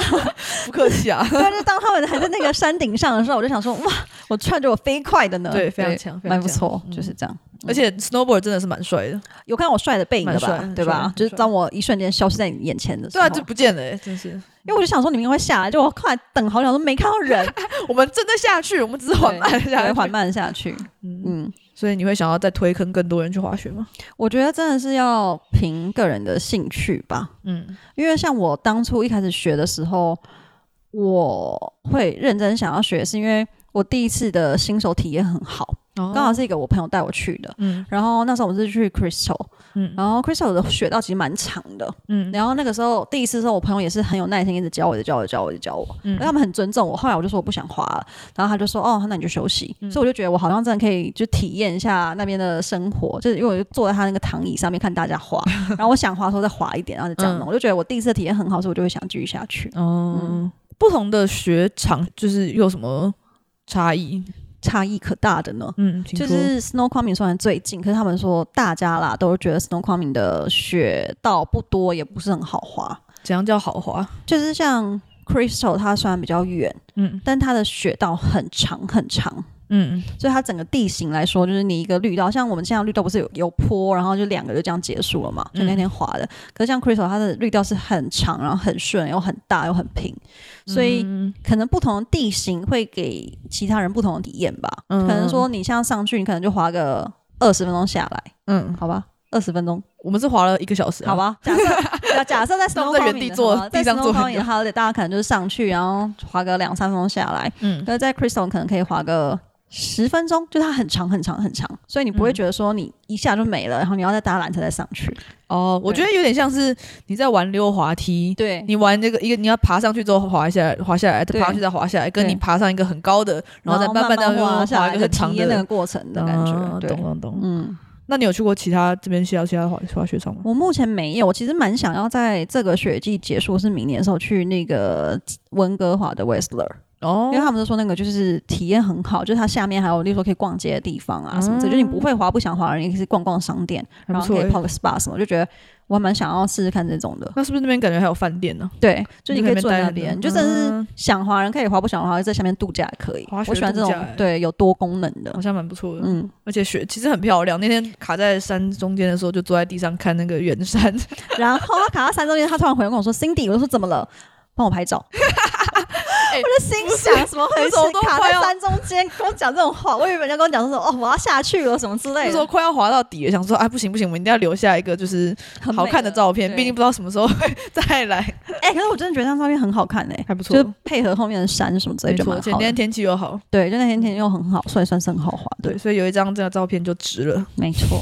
Speaker 1: 不客气
Speaker 2: <laughs>
Speaker 1: 啊。
Speaker 2: 对，就当他们还在那个山顶上的时候，我就想说，哇，我穿着我飞快的呢，
Speaker 1: 对非常强非常
Speaker 2: 蛮不
Speaker 1: 强
Speaker 2: 错，
Speaker 1: 嗯
Speaker 2: 就是这样。
Speaker 1: 而且 snowboard 真的是蛮帅的，
Speaker 2: 有看到我帅的背影的
Speaker 1: 蛮帅
Speaker 2: 吧？
Speaker 1: 很
Speaker 2: 对
Speaker 1: 帅
Speaker 2: 吧
Speaker 1: 很？
Speaker 2: 就是
Speaker 1: 帅
Speaker 2: 当我一瞬间消失在你眼前的时
Speaker 1: 对
Speaker 2: 候，
Speaker 1: 啊，就不见了、欸，真
Speaker 2: <laughs>
Speaker 1: 是。
Speaker 2: 因为我就想说你们应该会下来，就我后来等好久都没看到人，
Speaker 1: 我们正在下去，我们只是 <laughs> 缓慢下
Speaker 2: 对
Speaker 1: 来，
Speaker 2: 缓。慢下去。
Speaker 1: 嗯，
Speaker 2: 嗯，
Speaker 1: 所以你会想要再推坑更多人去滑雪吗？
Speaker 2: 我觉得真的是要凭个人的兴趣吧，
Speaker 1: 嗯，
Speaker 2: 因为像我当初一开始学的时候，我会认真想要学，是因为我第一次的新手体验很好，
Speaker 1: 刚
Speaker 2: 刚好，是一个我朋友带我去的。
Speaker 1: 哦嗯
Speaker 2: 然后那时候我们是去 Crystal，
Speaker 1: 嗯
Speaker 2: 然后 Crystal 的雪道其实蛮长的。
Speaker 1: 嗯
Speaker 2: 然后那个时候第一次的时候，我朋友也是很有耐心，一直教我，一直教我，一直教我，一直教我。
Speaker 1: 嗯
Speaker 2: 而他们很尊重我。后来我就说我不想滑了，然后他就说哦，那你就休息。
Speaker 1: 嗯
Speaker 2: 所以我就觉得我好像真的可以就体验一下那边的生活，就是因为我就坐在他那个躺椅上面看大家
Speaker 1: <laughs>
Speaker 2: 滑，然后我想滑的时候再滑一点，然后就这样
Speaker 1: 嗯
Speaker 2: 弄。我就觉得我第一次的体验很好，所以我就会想继续下去。
Speaker 1: 哦、
Speaker 2: 嗯
Speaker 1: 不同的雪场就是有什么差异？
Speaker 2: 差异可大的呢。
Speaker 1: 嗯，请
Speaker 2: 就
Speaker 1: 说
Speaker 2: 是 snow climbing 虽然最近，可是他们说大家啦都觉得 snow climbing 的雪道不多，也不是很好滑。
Speaker 1: 怎样叫好滑？
Speaker 2: 就是像 Crystal，它虽然比较远，
Speaker 1: 嗯
Speaker 2: 但它的雪道很长很长，
Speaker 1: 嗯
Speaker 2: 所以它整个地形来说，就是你一个绿道，像我们现在绿道不是有有坡，然后就两个就这样结束了嘛，就那
Speaker 1: 嗯
Speaker 2: 天滑的。可是像 Crystal 它的绿道是很长，然后很顺，又很大，又很平，所以
Speaker 1: 嗯
Speaker 2: 可能不同的地形会给其他人不同的体验吧。
Speaker 1: 嗯
Speaker 2: 可能说你像上去，你可能就滑个二十分钟下来，
Speaker 1: 嗯，
Speaker 2: 好吧。二十分钟，
Speaker 1: 我们是滑了一个小时、啊
Speaker 2: 好，吧。 <laughs> 假设假设在 s
Speaker 1: <laughs> 那
Speaker 2: n
Speaker 1: 我
Speaker 2: o
Speaker 1: 们在原地坐
Speaker 2: 在
Speaker 1: 地
Speaker 2: s
Speaker 1: 上
Speaker 2: n
Speaker 1: 坐
Speaker 2: o
Speaker 1: 很
Speaker 2: w 也好，大家可能就是上去，然后滑个两三分钟下
Speaker 1: <laughs>
Speaker 2: 来，
Speaker 1: 嗯
Speaker 2: 可是在 Crystal 可能可以滑个十分钟，就它很长很长很长，所以你不会
Speaker 1: 嗯
Speaker 2: 觉得说你一下就没了，然后你要再搭缆车再上去。
Speaker 1: 哦，我觉得有点像是你在玩溜滑梯，
Speaker 2: 对
Speaker 1: 你玩这个一个，你要爬上去之后滑下来，滑下来，再
Speaker 2: 对
Speaker 1: 爬上去再滑下来，跟你
Speaker 2: 对
Speaker 1: 爬上一个很高的，然后再慢
Speaker 2: 慢
Speaker 1: 的
Speaker 2: 滑下
Speaker 1: 滑一
Speaker 2: 来，
Speaker 1: 个很
Speaker 2: 体
Speaker 1: 长
Speaker 2: 验那个
Speaker 1: 的
Speaker 2: 过程的感
Speaker 1: 啊
Speaker 2: 觉。
Speaker 1: 懂
Speaker 2: 对，
Speaker 1: 懂懂。
Speaker 2: 嗯，
Speaker 1: 那你有去过其他这边其他其他滑滑雪场吗？
Speaker 2: 我目前没有，我其实蛮想要在这个雪季结束是明年的时候去那个温哥华的 Whistler，
Speaker 1: 哦
Speaker 2: 因为他们都说那个就是体验很好，就是它下面还有例如说可以逛街的地方啊什么之
Speaker 1: 嗯
Speaker 2: 类，就你不会滑不想滑，你可以去逛逛商店，
Speaker 1: 还不
Speaker 2: 然后
Speaker 1: 错
Speaker 2: 可以
Speaker 1: 欸
Speaker 2: 泡个 SPA 什么，我就觉得我还蛮想要试试看这种的。
Speaker 1: 那是不是那边感觉还有饭店呢？
Speaker 2: 对，就你可以坐在那
Speaker 1: 你可以在那边
Speaker 2: 边，你就真的是
Speaker 1: 嗯
Speaker 2: 想滑人可以滑，不想滑在下面度假也可以。
Speaker 1: 滑雪
Speaker 2: 我喜欢这种
Speaker 1: 度假哦欸
Speaker 2: 对有多功能的
Speaker 1: 好，像蛮不错的。
Speaker 2: 嗯，
Speaker 1: 而且雪其实很漂亮。那天卡在山中间的时候，就坐在地上看那个远山，
Speaker 2: 然后他卡到山中间，他突然回来跟我说：“Cindy，我就说怎么了？帮我拍照。 <laughs>
Speaker 1: 哎
Speaker 2: 我的心
Speaker 1: <laughs>
Speaker 2: 想，怎么回
Speaker 1: 那
Speaker 2: 事
Speaker 1: 时候我都？
Speaker 2: 卡
Speaker 1: 快
Speaker 2: 在
Speaker 1: 要
Speaker 2: 山中间跟我讲这种话，我以为人家跟我讲说哦，我要下去了什么之
Speaker 1: 那
Speaker 2: 类
Speaker 1: 时候
Speaker 2: 的，
Speaker 1: 快要滑到底了，想说啊不行不行，我们一定要留下一个就是
Speaker 2: 很美
Speaker 1: 好看的照片，
Speaker 2: 对
Speaker 1: 毕竟不知道什么时候会再
Speaker 2: <laughs>
Speaker 1: 来，
Speaker 2: 哎、可是我真的觉得那张照片很好看哎、
Speaker 1: 还不错
Speaker 2: 就是配合后面的山什么之类
Speaker 1: 没
Speaker 2: 就
Speaker 1: 错。
Speaker 2: 蛮
Speaker 1: 前
Speaker 2: 好
Speaker 1: 天
Speaker 2: 的。
Speaker 1: 天气又好，
Speaker 2: 对，就那天天气又很好，所以算是很好滑的。
Speaker 1: 对，所以有一张这个照片就值了。
Speaker 2: 没错。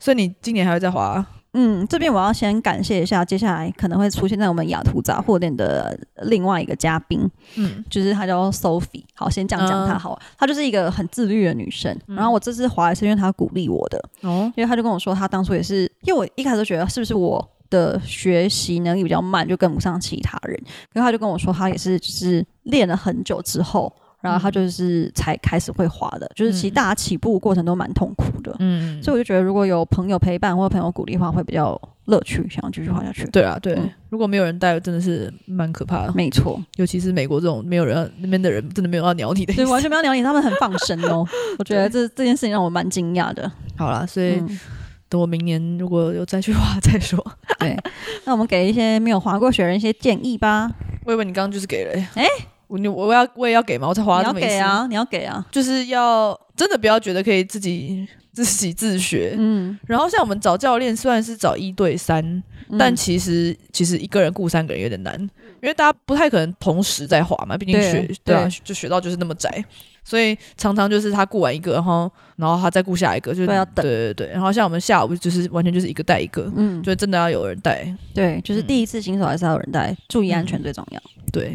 Speaker 1: 所以你今年还会再滑、
Speaker 2: 嗯，这边我要先感谢一下，接下来可能会出现在我们雅图杂货店的另外一个嘉宾，
Speaker 1: 嗯，
Speaker 2: 就是她叫 Sophie。好，先讲讲她
Speaker 1: 嗯
Speaker 2: 好了，她就是一个很自律的女生。然后我这次滑也是因为她鼓励我的，
Speaker 1: 哦，
Speaker 2: 因为她就跟我说，她当初也是，因为我一开始都觉得是不是我的学习能力比较慢，就跟不上其他人。可是她就跟我说，她也是就是练了很久之后。然后她就是才开始会滑的，就是其实
Speaker 1: 嗯
Speaker 2: 大家起步过程都蛮痛苦的，
Speaker 1: 嗯，
Speaker 2: 所以我就觉得，如果有朋友陪伴或者朋友鼓励的话，会比较乐趣，想要继续滑下去。
Speaker 1: 对啊，对，
Speaker 2: 嗯
Speaker 1: 如果没有人带，真的是蛮可怕的，
Speaker 2: 没错，
Speaker 1: 尤其是美国这种没有人要那边的人，真的没有要鸟你的意
Speaker 2: 对，完
Speaker 1: 思。
Speaker 2: 全没有了解，他们很放生
Speaker 1: <laughs>
Speaker 2: 哦。我觉得这这件事情让我蛮惊讶的。
Speaker 1: 好啦，所以
Speaker 2: 嗯，
Speaker 1: 等我明年如果有再去滑 <laughs> 再说。
Speaker 2: 对。那我们给一些没有滑过雪的人一些建议吧。
Speaker 1: 我以为你刚刚就是给了、欸，
Speaker 2: 哎
Speaker 1: 我你我要我也要给吗？我才滑
Speaker 2: 你
Speaker 1: 了
Speaker 2: 要
Speaker 1: 这么一
Speaker 2: 给
Speaker 1: 次，
Speaker 2: 啊，你要给啊。
Speaker 1: 就是要真的不要觉得可以自己 <laughs> 自己自学。
Speaker 2: 嗯，
Speaker 1: 然后像我们找教练，虽然是找一对三，
Speaker 2: 嗯
Speaker 1: 但其实其实一个人雇三个人有点难，因为大家不太可能同时在滑嘛，毕竟
Speaker 2: 对
Speaker 1: 学对啊
Speaker 2: 对，
Speaker 1: 就学到就是那么窄，所以常常就是他雇完一个，然后然后他再雇下一个，就是
Speaker 2: 对要
Speaker 1: 对
Speaker 2: 等
Speaker 1: 对对。然后像我们下午就是完全就是一个带一个，
Speaker 2: 嗯，
Speaker 1: 就真的要有人带。
Speaker 2: 对，就是第一次新手还是要有人带，注意安全
Speaker 1: 嗯
Speaker 2: 最重要。
Speaker 1: 对，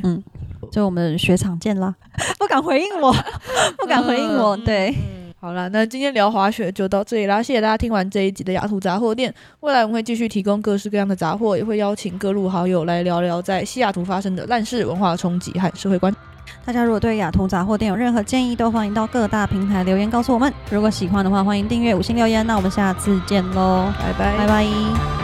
Speaker 2: 所以我们雪场见啦！ <laughs> 不敢回应我， <laughs> 不敢回应我。
Speaker 1: 嗯
Speaker 2: 对，
Speaker 1: 好啦，那今天聊滑雪就到这里啦，谢谢大家听完这一集的雅虎杂货店。未来我们会继续提供各式各样的杂货，也会邀请各路好友来聊聊在西雅图发生的烂事、文化冲击和社会观。
Speaker 2: 大家如果对雅图杂货店有任何建议，都欢迎到各大平台留言告诉我们。如果喜欢的话，欢迎订阅、五星留言。那我们下次见喽，
Speaker 1: 拜拜
Speaker 2: 拜拜